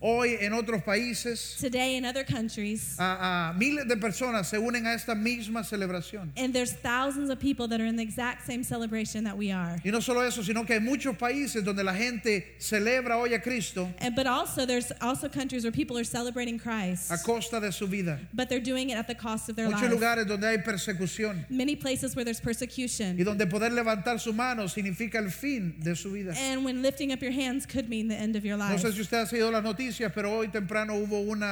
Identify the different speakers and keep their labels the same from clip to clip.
Speaker 1: Hoy en otros países
Speaker 2: Today in other countries,
Speaker 1: a- a miles de personas se unen a esta misma celebración.
Speaker 2: and there's thousands of people that are in the exact same celebration that we are.
Speaker 1: Y no solo eso, sino que hay muchos países donde la gente celebra hoy a Cristo
Speaker 2: And, but also, there's also countries where people are celebrating Christ,
Speaker 1: a costa de su vida.
Speaker 2: but they're doing it at the cost of their
Speaker 1: Muchos
Speaker 2: lives.
Speaker 1: lugares donde hay persecución
Speaker 2: Many places where there's
Speaker 1: y
Speaker 2: persecution,
Speaker 1: donde poder levantar su mano significa el fin de su vida.
Speaker 2: and when lifting up your hands could mean the end of your
Speaker 1: No
Speaker 2: life.
Speaker 1: sé si usted ha seguido las noticias, pero hoy temprano hubo un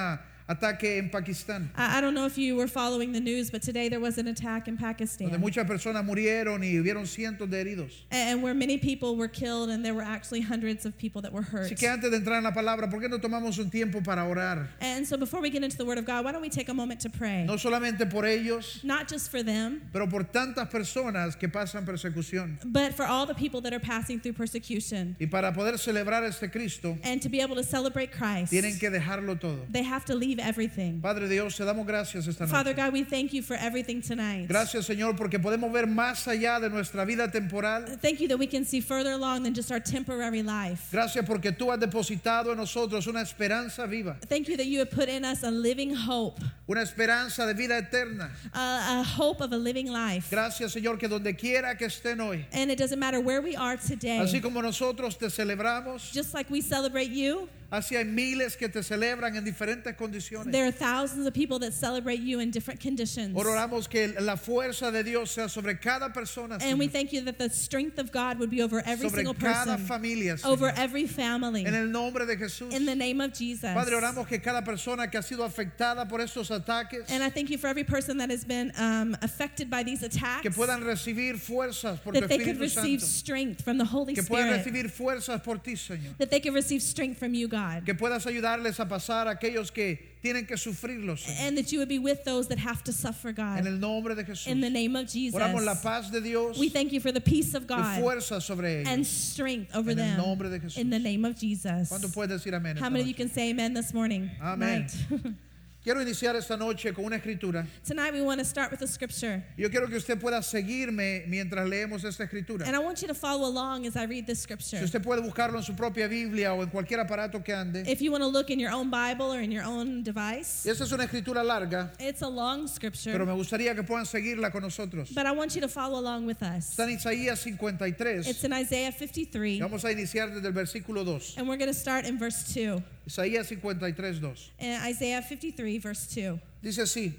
Speaker 1: ataque en Pakistán,
Speaker 2: I, I don't know if you were following the news, but today there was an attack in
Speaker 1: donde
Speaker 2: Pakistan,
Speaker 1: muchas personas murieron y hubieron cientos de heridos.
Speaker 2: and where many people were killed, and there were actually hundreds of people that were hurt.
Speaker 1: Así que antes de entrar en la palabra, ¿por qué no tomamos un tiempo para orar?
Speaker 2: And so, before we get into the Word of God, why don't we take a moment to pray?
Speaker 1: No solamente por ellos,
Speaker 2: Not just for them,
Speaker 1: pero por tantas personas que pasan persecución.
Speaker 2: but for all the people that are passing through persecution.
Speaker 1: Y para poder celebrar este Cristo,
Speaker 2: And to be able to celebrate Christ,
Speaker 1: tienen que dejarlo todo.
Speaker 2: they have to leave everything.
Speaker 1: Padre Dios, te damos gracias esta
Speaker 2: Father
Speaker 1: noche.
Speaker 2: God, we thank you for everything tonight.
Speaker 1: Gracias Señor porque podemos ver más allá de nuestra vida temporal.
Speaker 2: Thank you that we can see further along than just our temporary life.
Speaker 1: Gracias porque tú has depositado en nosotros una esperanza viva,
Speaker 2: Thank you that you have put in us a living hope,
Speaker 1: una esperanza de vida eterna.
Speaker 2: a, a hope of a living life.
Speaker 1: Gracias Señor que donde quiera que estén hoy,
Speaker 2: And it doesn't matter where we are
Speaker 1: así
Speaker 2: today.
Speaker 1: como nosotros te celebramos,
Speaker 2: Just like we celebrate you,
Speaker 1: así hay miles que te celebran en diferentes condiciones.
Speaker 2: there are thousands of people that celebrate you in different conditions.
Speaker 1: Oramos que la fuerza de Dios sea sobre cada persona,
Speaker 2: And we
Speaker 1: Señor,
Speaker 2: thank you that the strength of God would be over every
Speaker 1: sobre
Speaker 2: single
Speaker 1: cada
Speaker 2: person,
Speaker 1: familia, Señor,
Speaker 2: over every family.
Speaker 1: en el nombre de Jesús.
Speaker 2: In the name of Jesus.
Speaker 1: Padre, oramos que cada persona que ha sido afectada por estos ataques,
Speaker 2: And I thank you for every person that has been um, affected by these attacks.
Speaker 1: que puedan recibir fuerzas por tu
Speaker 2: that they could
Speaker 1: Espíritu
Speaker 2: receive
Speaker 1: Santo,
Speaker 2: strength from the Holy
Speaker 1: que puedan
Speaker 2: Spirit.
Speaker 1: recibir fuerzas por ti, Señor,
Speaker 2: That they could receive strength from you, God.
Speaker 1: que puedas ayudarles a pasar a aquellos que tienen que sufrirlos, Señor,
Speaker 2: and that you would be with those that have to suffer, God.
Speaker 1: en el nombre de Jesús.
Speaker 2: In the name of Jesus.
Speaker 1: Oramos la paz de Dios,
Speaker 2: We thank you for the peace of
Speaker 1: tu
Speaker 2: God
Speaker 1: fuerza sobre
Speaker 2: and
Speaker 1: ellos.
Speaker 2: strength over
Speaker 1: En el
Speaker 2: them.
Speaker 1: nombre de Jesús.
Speaker 2: In the name of Jesus.
Speaker 1: ¿Cuánto puedes decir amén?
Speaker 2: How
Speaker 1: esta
Speaker 2: many of you
Speaker 1: noche?
Speaker 2: can say amen this morning?
Speaker 1: Amén.
Speaker 2: Right.
Speaker 1: Quiero iniciar esta noche con una escritura.
Speaker 2: Tonight we want to start with a scripture.
Speaker 1: Yo quiero que usted pueda seguirme mientras leemos esta escritura.
Speaker 2: And I want you to follow along as I read this scripture.
Speaker 1: Si usted puede buscarlo en su propia Biblia o en cualquier aparato que ande.
Speaker 2: If you want to look in your own Bible or in your own device,
Speaker 1: Esta es una escritura larga,
Speaker 2: it's a long
Speaker 1: pero
Speaker 2: scripture,
Speaker 1: me gustaría que puedan seguirla con nosotros.
Speaker 2: but I want you to follow along with us.
Speaker 1: Está en Isaías
Speaker 2: It's
Speaker 1: 53.
Speaker 2: in Isaiah
Speaker 1: Y
Speaker 2: 53,
Speaker 1: Vamos a iniciar desde el versículo 2.
Speaker 2: and we're going to start in verse 2.
Speaker 1: Isaías 53, 2.
Speaker 2: In Isaiah 53, verse 2.
Speaker 1: Dice así.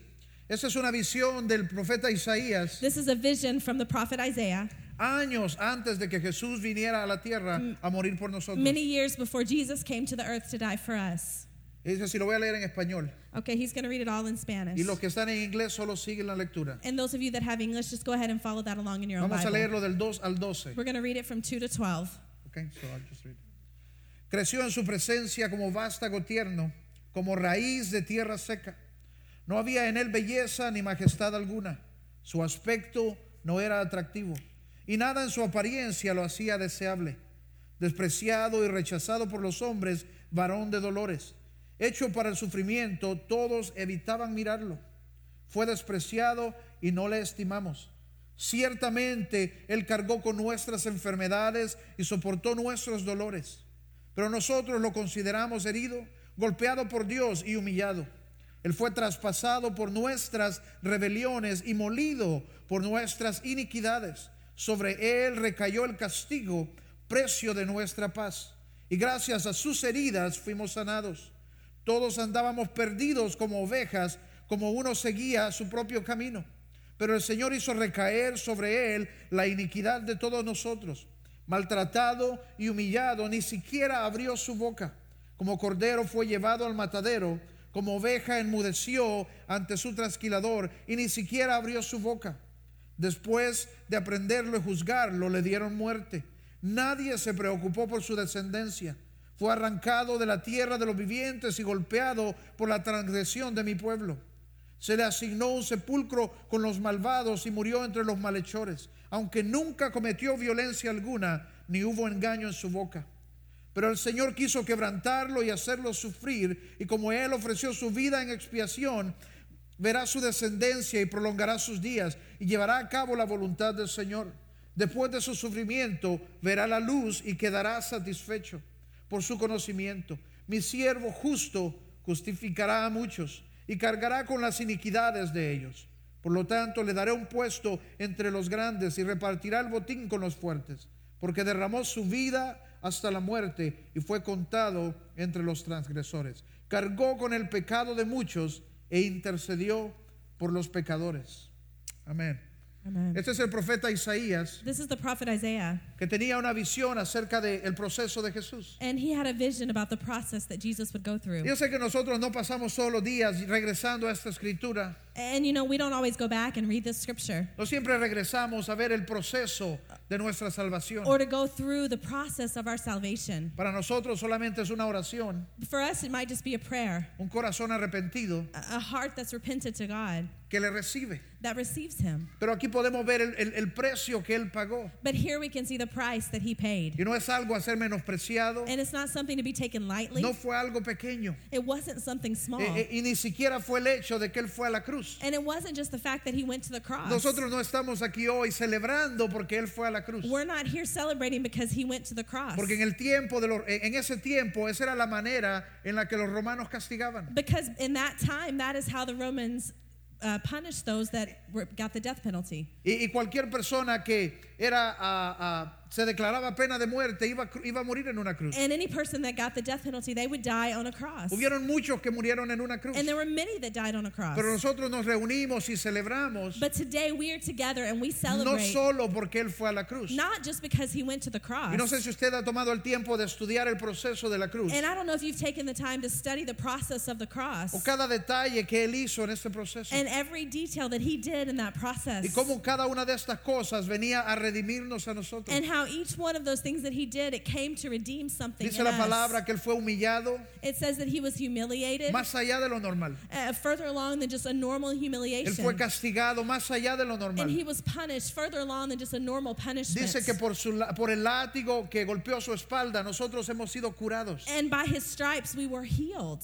Speaker 1: Esta es una visión del profeta Isaías
Speaker 2: This is a vision from the prophet Isaiah
Speaker 1: años antes de que Jesús viniera a la tierra
Speaker 2: Mm.
Speaker 1: a morir por nosotros.
Speaker 2: many years before Jesus came to the earth to die for us.
Speaker 1: Dice así, lo voy a leer en español.
Speaker 2: Okay, he's going to read it all in Spanish.
Speaker 1: Y los que están en inglés solo siguen la lectura.
Speaker 2: And those of you that have English, just go ahead and follow that along in your own
Speaker 1: Vamos a
Speaker 2: Bible.
Speaker 1: leerlo del 2 al 12.
Speaker 2: We're going to read it from 2 to 12.
Speaker 1: Okay, so I'll just read it. Creció en su presencia como vástago tierno, como raíz de tierra seca. No había en él belleza ni majestad alguna. Su aspecto no era atractivo y nada en su apariencia lo hacía deseable. Despreciado y rechazado por los hombres, varón de dolores, hecho para el sufrimiento, todos evitaban mirarlo. Fue despreciado y no le estimamos. Ciertamente Él cargó con nuestras enfermedades y soportó nuestros dolores. Pero nosotros lo consideramos herido, golpeado por Dios y humillado. Él fue traspasado por nuestras rebeliones y molido por nuestras iniquidades. Sobre Él recayó el castigo, precio de nuestra paz. Y gracias a sus heridas fuimos sanados. Todos andábamos perdidos como ovejas, como uno seguía su propio camino. Pero el Señor hizo recaer sobre él la iniquidad de todos nosotros. Maltratado y humillado, ni siquiera abrió su boca. Como cordero fue llevado al matadero, como oveja enmudeció ante su trasquilador y ni siquiera abrió su boca. Después de aprenderlo y juzgarlo, le dieron muerte. Nadie se preocupó por su descendencia. Fue arrancado de la tierra de los vivientes y golpeado por la transgresión de mi pueblo. Se le asignó un sepulcro con los malvados y murió entre los malhechores, aunque nunca cometió violencia alguna, ni hubo engaño en su boca. Pero el Señor quiso quebrantarlo y hacerlo sufrir, y como Él ofreció su vida en expiación, verá su descendencia y prolongará sus días y llevará a cabo la voluntad del Señor. Después de su sufrimiento verá la luz y quedará satisfecho por su conocimiento. Mi siervo justo justificará a muchos y cargará con las iniquidades de ellos. Por lo tanto, le daré un puesto entre los grandes y repartirá el botín con los fuertes, porque derramó su vida hasta la muerte y fue contado entre los transgresores. Cargó con el pecado de muchos e intercedió por los pecadores. Amén.
Speaker 2: Amen.
Speaker 1: Este es el profeta Isaías
Speaker 2: This is the prophet Isaiah,
Speaker 1: que tenía una visión acerca del proceso de Jesús.
Speaker 2: and he had a vision about the process that Jesus would go through.
Speaker 1: Yo sé que nosotros no pasamos todos los días regresando a esta escritura.
Speaker 2: And you know, we don't always go back and read this scripture
Speaker 1: No siempre regresamos a ver el proceso de nuestra salvación.
Speaker 2: or to go through the process of our salvation.
Speaker 1: Para nosotros solamente es una oración,
Speaker 2: For us, it might just be a prayer,
Speaker 1: un corazón arrepentido
Speaker 2: a a heart that's repentant to God
Speaker 1: que le recibe.
Speaker 2: that receives him.
Speaker 1: Pero aquí podemos ver el, el- el precio que Él pagó.
Speaker 2: But here we can see the price that he paid.
Speaker 1: Y no es algo a ser menospreciado,
Speaker 2: And it's not something to be taken lightly.
Speaker 1: no fue algo pequeño.
Speaker 2: It wasn't something small.
Speaker 1: Eh, eh, y ni siquiera fue el hecho de que Él fue a la cruz.
Speaker 2: And it wasn't just the fact that he went to the cross.
Speaker 1: Nosotros no estamos aquí hoy celebrando porque Él fue a la cruz.
Speaker 2: We're not here celebrating because he went to the cross.
Speaker 1: Porque en el tiempo de los- en ese tiempo esa era la manera en la que los romanos castigaban.
Speaker 2: Because in that time, that is how the Romans uh, punished those that were, got the death penalty.
Speaker 1: Y, y cualquier persona que era ah, ah, se declaraba pena de muerte iba, a cru- iba a morir en una cruz.
Speaker 2: And any person that got the death penalty, they would die on a cross.
Speaker 1: Hubieron muchos que murieron en una cruz.
Speaker 2: And there were many that died on a cross.
Speaker 1: Pero nosotros nos reunimos y celebramos
Speaker 2: But today we are together and we
Speaker 1: no
Speaker 2: celebrate
Speaker 1: solo porque él fue a la cruz.
Speaker 2: not just because he went to the cross.
Speaker 1: Y no sé si usted ha tomado el tiempo de estudiar el proceso de la cruz
Speaker 2: And I don't know if you've taken the time to study the process of the cross
Speaker 1: o cada detalle que él hizo en este proceso
Speaker 2: and every detail that he did in that process.
Speaker 1: y cómo cada una de estas cosas venía a redimirnos a nosotros.
Speaker 2: And how each one of those things that he did, it came to redeem something.
Speaker 1: Dice
Speaker 2: in
Speaker 1: la
Speaker 2: us.
Speaker 1: palabra que él fue humillado
Speaker 2: It says that he was humiliated,
Speaker 1: más allá de lo normal.
Speaker 2: uh, further along than just a normal
Speaker 1: Él
Speaker 2: humiliation.
Speaker 1: fue castigado más allá de lo
Speaker 2: and he
Speaker 1: normal.
Speaker 2: was punished further along than just a normal punishment.
Speaker 1: Dice que por, su la- por el látigo que golpeó su espalda nosotros hemos sido curados.
Speaker 2: and by his stripes we were healed.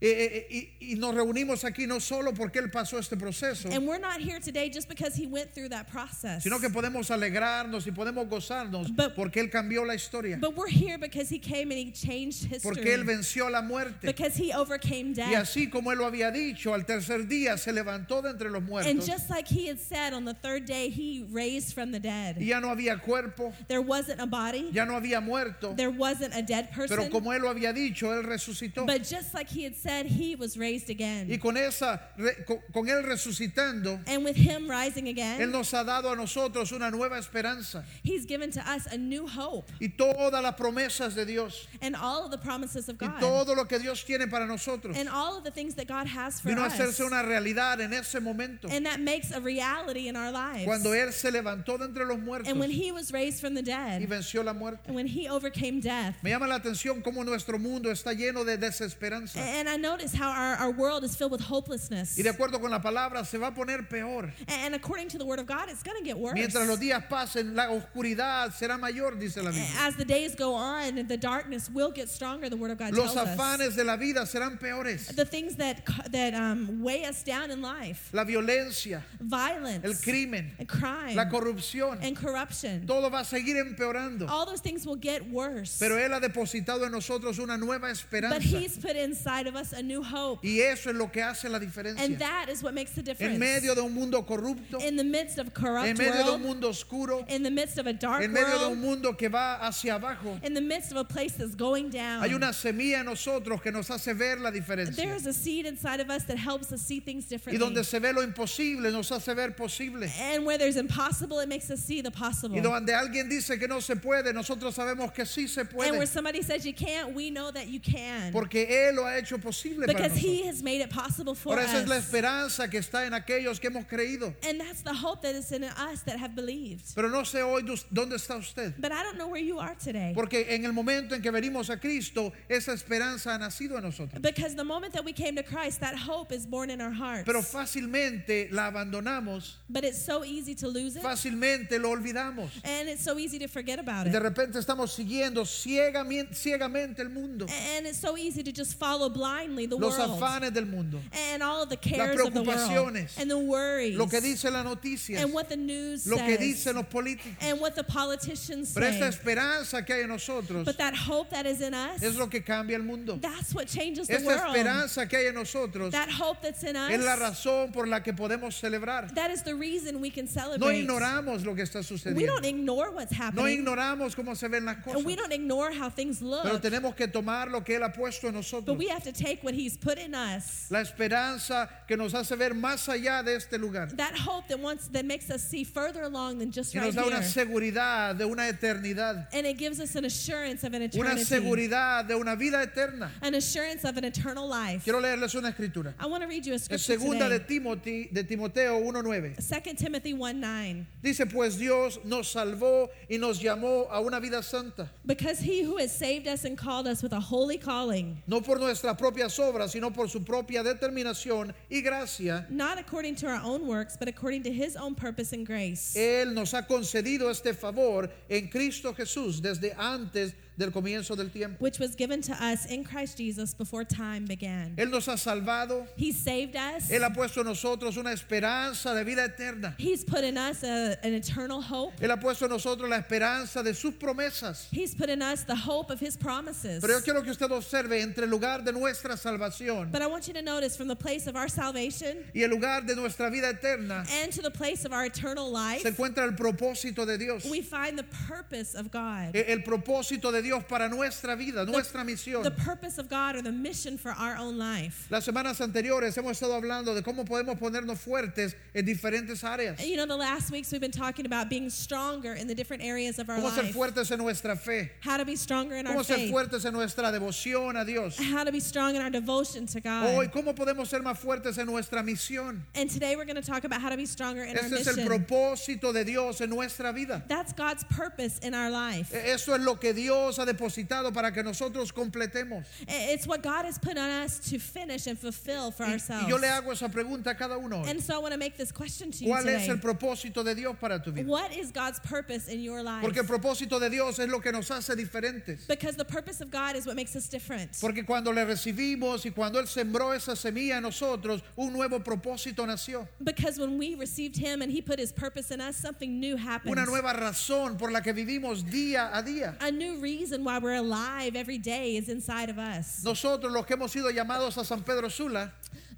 Speaker 1: Eh, eh, eh, y, y nos reunimos aquí no solo porque él pasó este proceso,
Speaker 2: And we're not here today just because he went through that process.
Speaker 1: Mm. sino que podemos alegrarnos y podemos gozarnos
Speaker 2: But-
Speaker 1: porque él cambió la historia,
Speaker 2: but we're here because he came and he changed history.
Speaker 1: porque él venció la muerte.
Speaker 2: because he overcame
Speaker 1: Y
Speaker 2: death.
Speaker 1: así como él lo había dicho, al tercer día se levantó de entre los
Speaker 2: And
Speaker 1: muertos
Speaker 2: just like he had said on the third day, he raised from the dead.
Speaker 1: y ya no había cuerpo,
Speaker 2: There wasn't a body,
Speaker 1: ya no había muerto,
Speaker 2: there wasn't a dead
Speaker 1: pero
Speaker 2: person.
Speaker 1: como él lo había dicho, él resucitó.
Speaker 2: But just like he had said, he was raised
Speaker 1: Y
Speaker 2: again.
Speaker 1: con esa re- con, con él resucitando,
Speaker 2: And with him rising
Speaker 1: él
Speaker 2: again,
Speaker 1: nos ha dado a nosotros una nueva esperanza
Speaker 2: he's given to us a new hope
Speaker 1: y todas las promesas de Dios
Speaker 2: and all of the promises of
Speaker 1: y
Speaker 2: God
Speaker 1: todo lo que Dios tiene para nosotros.
Speaker 2: and all of the things that God has for
Speaker 1: Vino a
Speaker 2: us.
Speaker 1: hacerse una realidad en ese momento
Speaker 2: And that makes a reality in our lives.
Speaker 1: cuando él se levantó de entre los muertos
Speaker 2: And when he was raised from the
Speaker 1: y
Speaker 2: dead,
Speaker 1: venció la muerte.
Speaker 2: and when he overcame death,
Speaker 1: Me llama la atención cómo nuestro mundo está lleno de desesperanza
Speaker 2: and I notice how our, our world is filled with hopelessness.
Speaker 1: y de acuerdo con la palabra se va a poner peor.
Speaker 2: And according to the word of God, it's going to get worse.
Speaker 1: Mientras los días pasen, la oscuridad será mayor, dice la Biblia.
Speaker 2: As the days go on, the darkness will get stronger. The word of God
Speaker 1: Los
Speaker 2: tells us.
Speaker 1: afanes de la vida serán peores.
Speaker 2: The things that ca- that um, weigh us down in life,
Speaker 1: La violencia,
Speaker 2: violence,
Speaker 1: el crimen,
Speaker 2: and crime,
Speaker 1: la corrupción,
Speaker 2: and corruption,
Speaker 1: todo va a seguir empeorando.
Speaker 2: all those things will get worse.
Speaker 1: Pero Él ha depositado en nosotros una nueva
Speaker 2: but
Speaker 1: esperanza.
Speaker 2: He's put inside of us a new hope,
Speaker 1: Y eso es lo que hace la
Speaker 2: and
Speaker 1: diferencia.
Speaker 2: that is what makes the
Speaker 1: En
Speaker 2: difference.
Speaker 1: medio de un mundo corrupto,
Speaker 2: in the midst of a corrupt
Speaker 1: en medio de
Speaker 2: world,
Speaker 1: un mundo oscuro,
Speaker 2: in the midst of a dark
Speaker 1: en medio de
Speaker 2: world,
Speaker 1: un mundo que va hacia abajo,
Speaker 2: in um, the midst of a place that's going down.
Speaker 1: hay una semilla en nosotros que nos hace ver la diferencia.
Speaker 2: There's a seed inside of us that helps us see things
Speaker 1: Y
Speaker 2: differently.
Speaker 1: donde se ve lo imposible, nos hace ver posible.
Speaker 2: And where there's impossible, it makes us see the possible.
Speaker 1: Y donde alguien dice que no se puede, nosotros sabemos que sí se
Speaker 2: and where
Speaker 1: puede,
Speaker 2: somebody says you can't, we know that you can.
Speaker 1: porque Él lo ha hecho posible para
Speaker 2: because
Speaker 1: nosotros.
Speaker 2: He has made it possible for
Speaker 1: Por
Speaker 2: us.
Speaker 1: esa es la esperanza que está en aquellos que hemos creído.
Speaker 2: and that's the hope that is in us that have believed.
Speaker 1: Pero no sé hoy dus- dónde está usted.
Speaker 2: But I don't know where you are today.
Speaker 1: Porque en el momento en que venimos a Cristo, esa esperanza ha nacido en nosotros.
Speaker 2: because the moment that we came to Christ, that hope is born in our hearts.
Speaker 1: Pero fácilmente la abandonamos,
Speaker 2: but it's so easy to lose it.
Speaker 1: fácilmente lo olvidamos.
Speaker 2: and it's so easy to forget about
Speaker 1: Y
Speaker 2: it.
Speaker 1: de repente estamos siguiendo ciegamente, ciegamente el mundo.
Speaker 2: and it's so easy to just follow blindly the
Speaker 1: los
Speaker 2: world
Speaker 1: afanes del mundo,
Speaker 2: and all of the cares of the world
Speaker 1: preocupaciones,
Speaker 2: and the worries
Speaker 1: lo que dice la noticia,
Speaker 2: and what the news
Speaker 1: lo que
Speaker 2: says
Speaker 1: dicen los políticos.
Speaker 2: and what the politicians
Speaker 1: Pero esta
Speaker 2: say.
Speaker 1: esperanza que hay en nosotros
Speaker 2: But that hope that is in us,
Speaker 1: es lo que cambia el mundo.
Speaker 2: that's what changes the
Speaker 1: Esta
Speaker 2: world.
Speaker 1: esperanza que hay en nosotros
Speaker 2: That hope that's in
Speaker 1: es la
Speaker 2: us,
Speaker 1: razón por la que podemos celebrar.
Speaker 2: that is the reason we can
Speaker 1: No
Speaker 2: celebrate.
Speaker 1: ignoramos lo que está
Speaker 2: We don't
Speaker 1: sucediendo.
Speaker 2: ignore what's
Speaker 1: No
Speaker 2: happening.
Speaker 1: ignoramos cómo se ven las cosas.
Speaker 2: And we don't ignore how things
Speaker 1: Pero
Speaker 2: look.
Speaker 1: tenemos que tomar lo que Él ha puesto en
Speaker 2: But
Speaker 1: nosotros.
Speaker 2: we have to take what he's put in us.
Speaker 1: La esperanza que nos hace ver más allá de este lugar.
Speaker 2: That hope that wants that makes us see further along than just
Speaker 1: Y nos
Speaker 2: right
Speaker 1: da una
Speaker 2: here.
Speaker 1: seguridad de una eternidad.
Speaker 2: And it gives us an assurance of an
Speaker 1: Una
Speaker 2: eternity.
Speaker 1: seguridad de una vida eterna.
Speaker 2: An assurance of an eternal life.
Speaker 1: Quiero leerles una escritura.
Speaker 2: I want to read you a
Speaker 1: En
Speaker 2: scripture
Speaker 1: segunda de,
Speaker 2: Ah, today.
Speaker 1: Timoteo de Timoteo 1.9.
Speaker 2: 2 Timothy 1 9.
Speaker 1: Dice pues Dios nos salvó y nos llamó a una vida santa,
Speaker 2: Because he who has saved us and called us with a holy calling,
Speaker 1: no por nuestras propias obras, sino por su propia determinación y gracia.
Speaker 2: not according to our own works, but according to his own purpose and grace.
Speaker 1: Él nos ha concedido este favor en Cristo Jesús desde antes del comienzo del tiempo.
Speaker 2: which was given to us in Christ Jesus before time began.
Speaker 1: Él nos ha salvado,
Speaker 2: He saved us.
Speaker 1: Él ha puesto en nosotros una esperanza de vida eterna.
Speaker 2: He's put in us a, an eternal hope.
Speaker 1: Él ha puesto en nosotros la esperanza de sus promesas.
Speaker 2: He's put in us the hope of his promises.
Speaker 1: Pero yo quiero que usted observe entre el lugar de nuestra salvación
Speaker 2: But I want you to notice from the place of our salvation
Speaker 1: y el lugar de nuestra vida eterna
Speaker 2: and to the place of our eternal life,
Speaker 1: se encuentra el propósito de Dios.
Speaker 2: we find the purpose of God.
Speaker 1: E- el propósito de Dios para nuestra vida, nuestra misión.
Speaker 2: The purpose of God or the mission for our own life.
Speaker 1: Las semanas anteriores hemos estado hablando de cómo podemos ponernos fuertes en diferentes áreas.
Speaker 2: And You know, the last weeks we've been talking about being stronger in the different areas of our
Speaker 1: Cómo ser
Speaker 2: life.
Speaker 1: fuertes en nuestra fe.
Speaker 2: How to be stronger in our
Speaker 1: Cómo ser
Speaker 2: faith.
Speaker 1: fuertes en nuestra devoción a Dios.
Speaker 2: How to be strong in our devotion to God.
Speaker 1: Hoy, cómo podemos ser más fuertes en nuestra misión.
Speaker 2: And today we're going to talk about how to be stronger in our
Speaker 1: Ese es el
Speaker 2: mission.
Speaker 1: propósito de Dios en nuestra vida.
Speaker 2: That's God's purpose in our life. I-
Speaker 1: E- Eso es lo que Dios ha depositado para que nosotros completemos.
Speaker 2: It's what God has put on us to finish and fulfill for
Speaker 1: Y-
Speaker 2: ourselves.
Speaker 1: Y yo le hago esa pregunta a cada uno. hoy.
Speaker 2: And so I want to make this question to you
Speaker 1: ¿Cuál es el
Speaker 2: today.
Speaker 1: propósito de Dios para tu vida?
Speaker 2: What is God's purpose in your life?
Speaker 1: Porque el propósito de Dios es lo que nos hace diferentes.
Speaker 2: Because the purpose of God is what makes us different.
Speaker 1: Porque cuando le recibimos y cuando Él sembró esa semilla en nosotros, un nuevo propósito nació.
Speaker 2: Because when we received Him and He put His purpose in us, something new happens.
Speaker 1: Una nueva razón por la que vivimos día a día.
Speaker 2: A new reason why we're alive every day is inside of us.
Speaker 1: Nosotros los que hemos sido llamados a San Pedro Sula,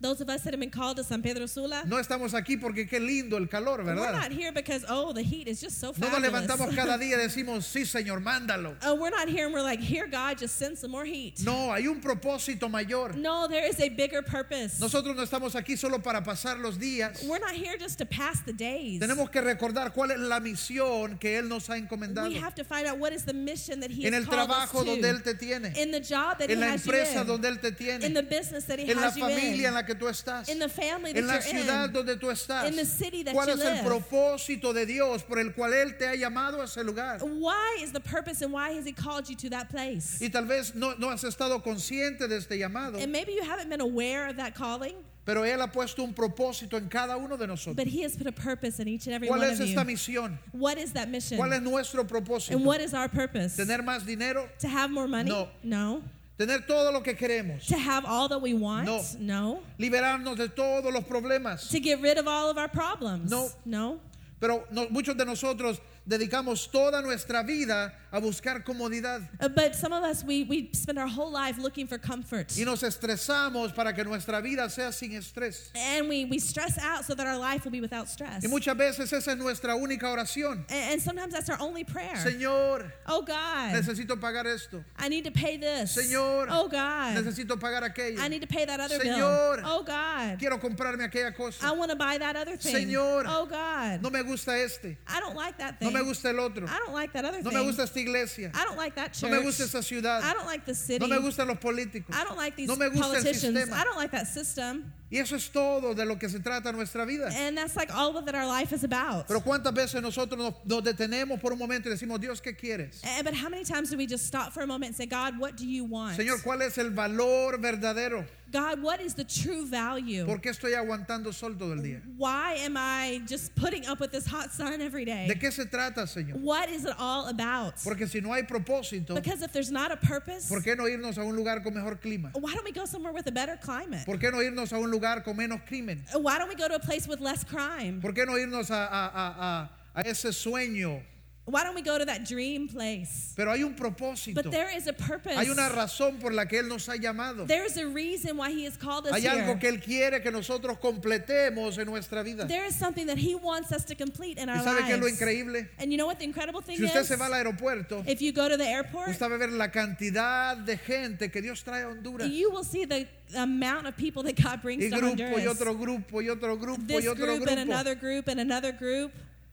Speaker 2: Those of us that have been called to San Pedro Sula,
Speaker 1: no estamos aquí porque qué lindo el calor,
Speaker 2: we're not
Speaker 1: ¿verdad?
Speaker 2: here because, oh, the heat is just so
Speaker 1: No nos
Speaker 2: fabulous.
Speaker 1: levantamos cada día y decimos, sí Señor, mándalo.
Speaker 2: Uh, we're not here and we're like, here, God, just send some more heat.
Speaker 1: No, hay un propósito mayor.
Speaker 2: No, there is a bigger purpose.
Speaker 1: Nosotros no estamos aquí solo para pasar los días.
Speaker 2: We're not here just to pass the days.
Speaker 1: Tenemos que recordar cuál es la misión que Él nos ha encomendado.
Speaker 2: We have to find out what is the mission that He
Speaker 1: en
Speaker 2: has
Speaker 1: el
Speaker 2: called us
Speaker 1: trabajo
Speaker 2: to.
Speaker 1: donde Él te tiene.
Speaker 2: in the job that
Speaker 1: en
Speaker 2: He
Speaker 1: la
Speaker 2: has you
Speaker 1: empresa
Speaker 2: in.
Speaker 1: donde Él te
Speaker 2: in the
Speaker 1: tiene,
Speaker 2: business that He
Speaker 1: en la
Speaker 2: has you
Speaker 1: familia en
Speaker 2: in.
Speaker 1: la que tú estás,
Speaker 2: in the family that
Speaker 1: en la
Speaker 2: you're
Speaker 1: ciudad
Speaker 2: in.
Speaker 1: donde tú estás.
Speaker 2: in the city that
Speaker 1: ¿Cuál
Speaker 2: you
Speaker 1: es el
Speaker 2: live.
Speaker 1: propósito de Dios por el cual Él te ha llamado a ese lugar?
Speaker 2: Why is the purpose and why has He called you to that place?
Speaker 1: Y tal vez no, no has estado consciente de este llamado,
Speaker 2: and maybe you haven't been aware of that calling,
Speaker 1: pero Él ha puesto un propósito en cada uno de nosotros.
Speaker 2: but He has put a purpose in each and every
Speaker 1: ¿Cuál
Speaker 2: one
Speaker 1: es
Speaker 2: of
Speaker 1: esta
Speaker 2: you.
Speaker 1: misión?
Speaker 2: What is that mission?
Speaker 1: ¿Cuál es nuestro
Speaker 2: and
Speaker 1: propósito?
Speaker 2: what is our purpose?
Speaker 1: ¿Tener más dinero?
Speaker 2: to have more money?
Speaker 1: No.
Speaker 2: No.
Speaker 1: ¿Tener todo lo que queremos?
Speaker 2: To have all that we want?
Speaker 1: No.
Speaker 2: No.
Speaker 1: ¿Liberarnos de todos los problemas?
Speaker 2: To get rid of all of our problems?
Speaker 1: No.
Speaker 2: No.
Speaker 1: Pero no- muchos de nosotros dedicamos toda nuestra vida a buscar comodidad.
Speaker 2: Uh, but some of us, we, we spend our whole life looking for comfort.
Speaker 1: y nos estresamos para que nuestra vida sea sin estrés.
Speaker 2: and we, we stress out so that our life will be without stress.
Speaker 1: Y muchas veces esa es nuestra única oración.
Speaker 2: A- and, sometimes that's our only prayer.
Speaker 1: Señor,
Speaker 2: oh God,
Speaker 1: necesito pagar esto.
Speaker 2: I need to pay this.
Speaker 1: Señor,
Speaker 2: oh God,
Speaker 1: necesito pagar aquello.
Speaker 2: I need to pay that other
Speaker 1: Señor,
Speaker 2: bill. Oh God,
Speaker 1: Quiero comprarme aquella
Speaker 2: I
Speaker 1: cosa.
Speaker 2: want to buy that other thing.
Speaker 1: Señor,
Speaker 2: oh God,
Speaker 1: No me gusta este.
Speaker 2: I don't like that
Speaker 1: No
Speaker 2: thing.
Speaker 1: me gusta el otro.
Speaker 2: I don't like that other
Speaker 1: No
Speaker 2: thing.
Speaker 1: me gusta esta iglesia.
Speaker 2: I don't like that
Speaker 1: No
Speaker 2: Ah, church.
Speaker 1: me gusta esa ciudad.
Speaker 2: I don't like the
Speaker 1: No
Speaker 2: city.
Speaker 1: me gustan los políticos.
Speaker 2: I don't like these
Speaker 1: No me gusta el
Speaker 2: politicians.
Speaker 1: sistema.
Speaker 2: I don't like that system.
Speaker 1: Y eso es todo de lo que se trata nuestra vida.
Speaker 2: And that's like all that our life is about.
Speaker 1: Pero cuántas veces nosotros nos, nos detenemos por un momento y decimos, Dios, ¿qué quieres?
Speaker 2: Eh, But how many times do we just stop for a moment and say, God, what do you want?
Speaker 1: Señor, ¿cuál es el valor verdadero?
Speaker 2: God, what is the true value?
Speaker 1: ¿Por qué estoy aguantando sol todo el día?
Speaker 2: Why am I just putting up with this hot sun every
Speaker 1: ¿De
Speaker 2: day?
Speaker 1: qué se trata, Señor?
Speaker 2: What is it all about?
Speaker 1: Porque si no hay propósito,
Speaker 2: Because if there's not a purpose,
Speaker 1: ¿por qué no irnos a un lugar con mejor clima?
Speaker 2: why don't we go somewhere with a better climate?
Speaker 1: ¿Por qué no irnos a un lugar con menos crimen?
Speaker 2: Why don't we go to a place with less crime?
Speaker 1: ¿Por qué no irnos a, a- a- a- a ese sueño?
Speaker 2: Why don't we go to that dream place?
Speaker 1: Pero hay un propósito.
Speaker 2: But there is a purpose.
Speaker 1: Hay una razón por la que Él nos ha llamado.
Speaker 2: There is a reason why He has called us
Speaker 1: Hay algo que
Speaker 2: here.
Speaker 1: Él quiere que nosotros completemos en nuestra vida.
Speaker 2: There is something that He wants us to complete in
Speaker 1: ¿Y
Speaker 2: our
Speaker 1: sabe qué es lo
Speaker 2: lives.
Speaker 1: increíble?
Speaker 2: And you know what the incredible thing
Speaker 1: Si usted
Speaker 2: is?
Speaker 1: se va al aeropuerto,
Speaker 2: If you go to the airport,
Speaker 1: usted va a ver la cantidad de gente que Dios trae a Honduras. Y
Speaker 2: you will see the amount of people that God brings to
Speaker 1: grupo y
Speaker 2: Honduras.
Speaker 1: otro grupo y otro grupo
Speaker 2: this
Speaker 1: y otro
Speaker 2: group and
Speaker 1: grupo.
Speaker 2: another group and another group.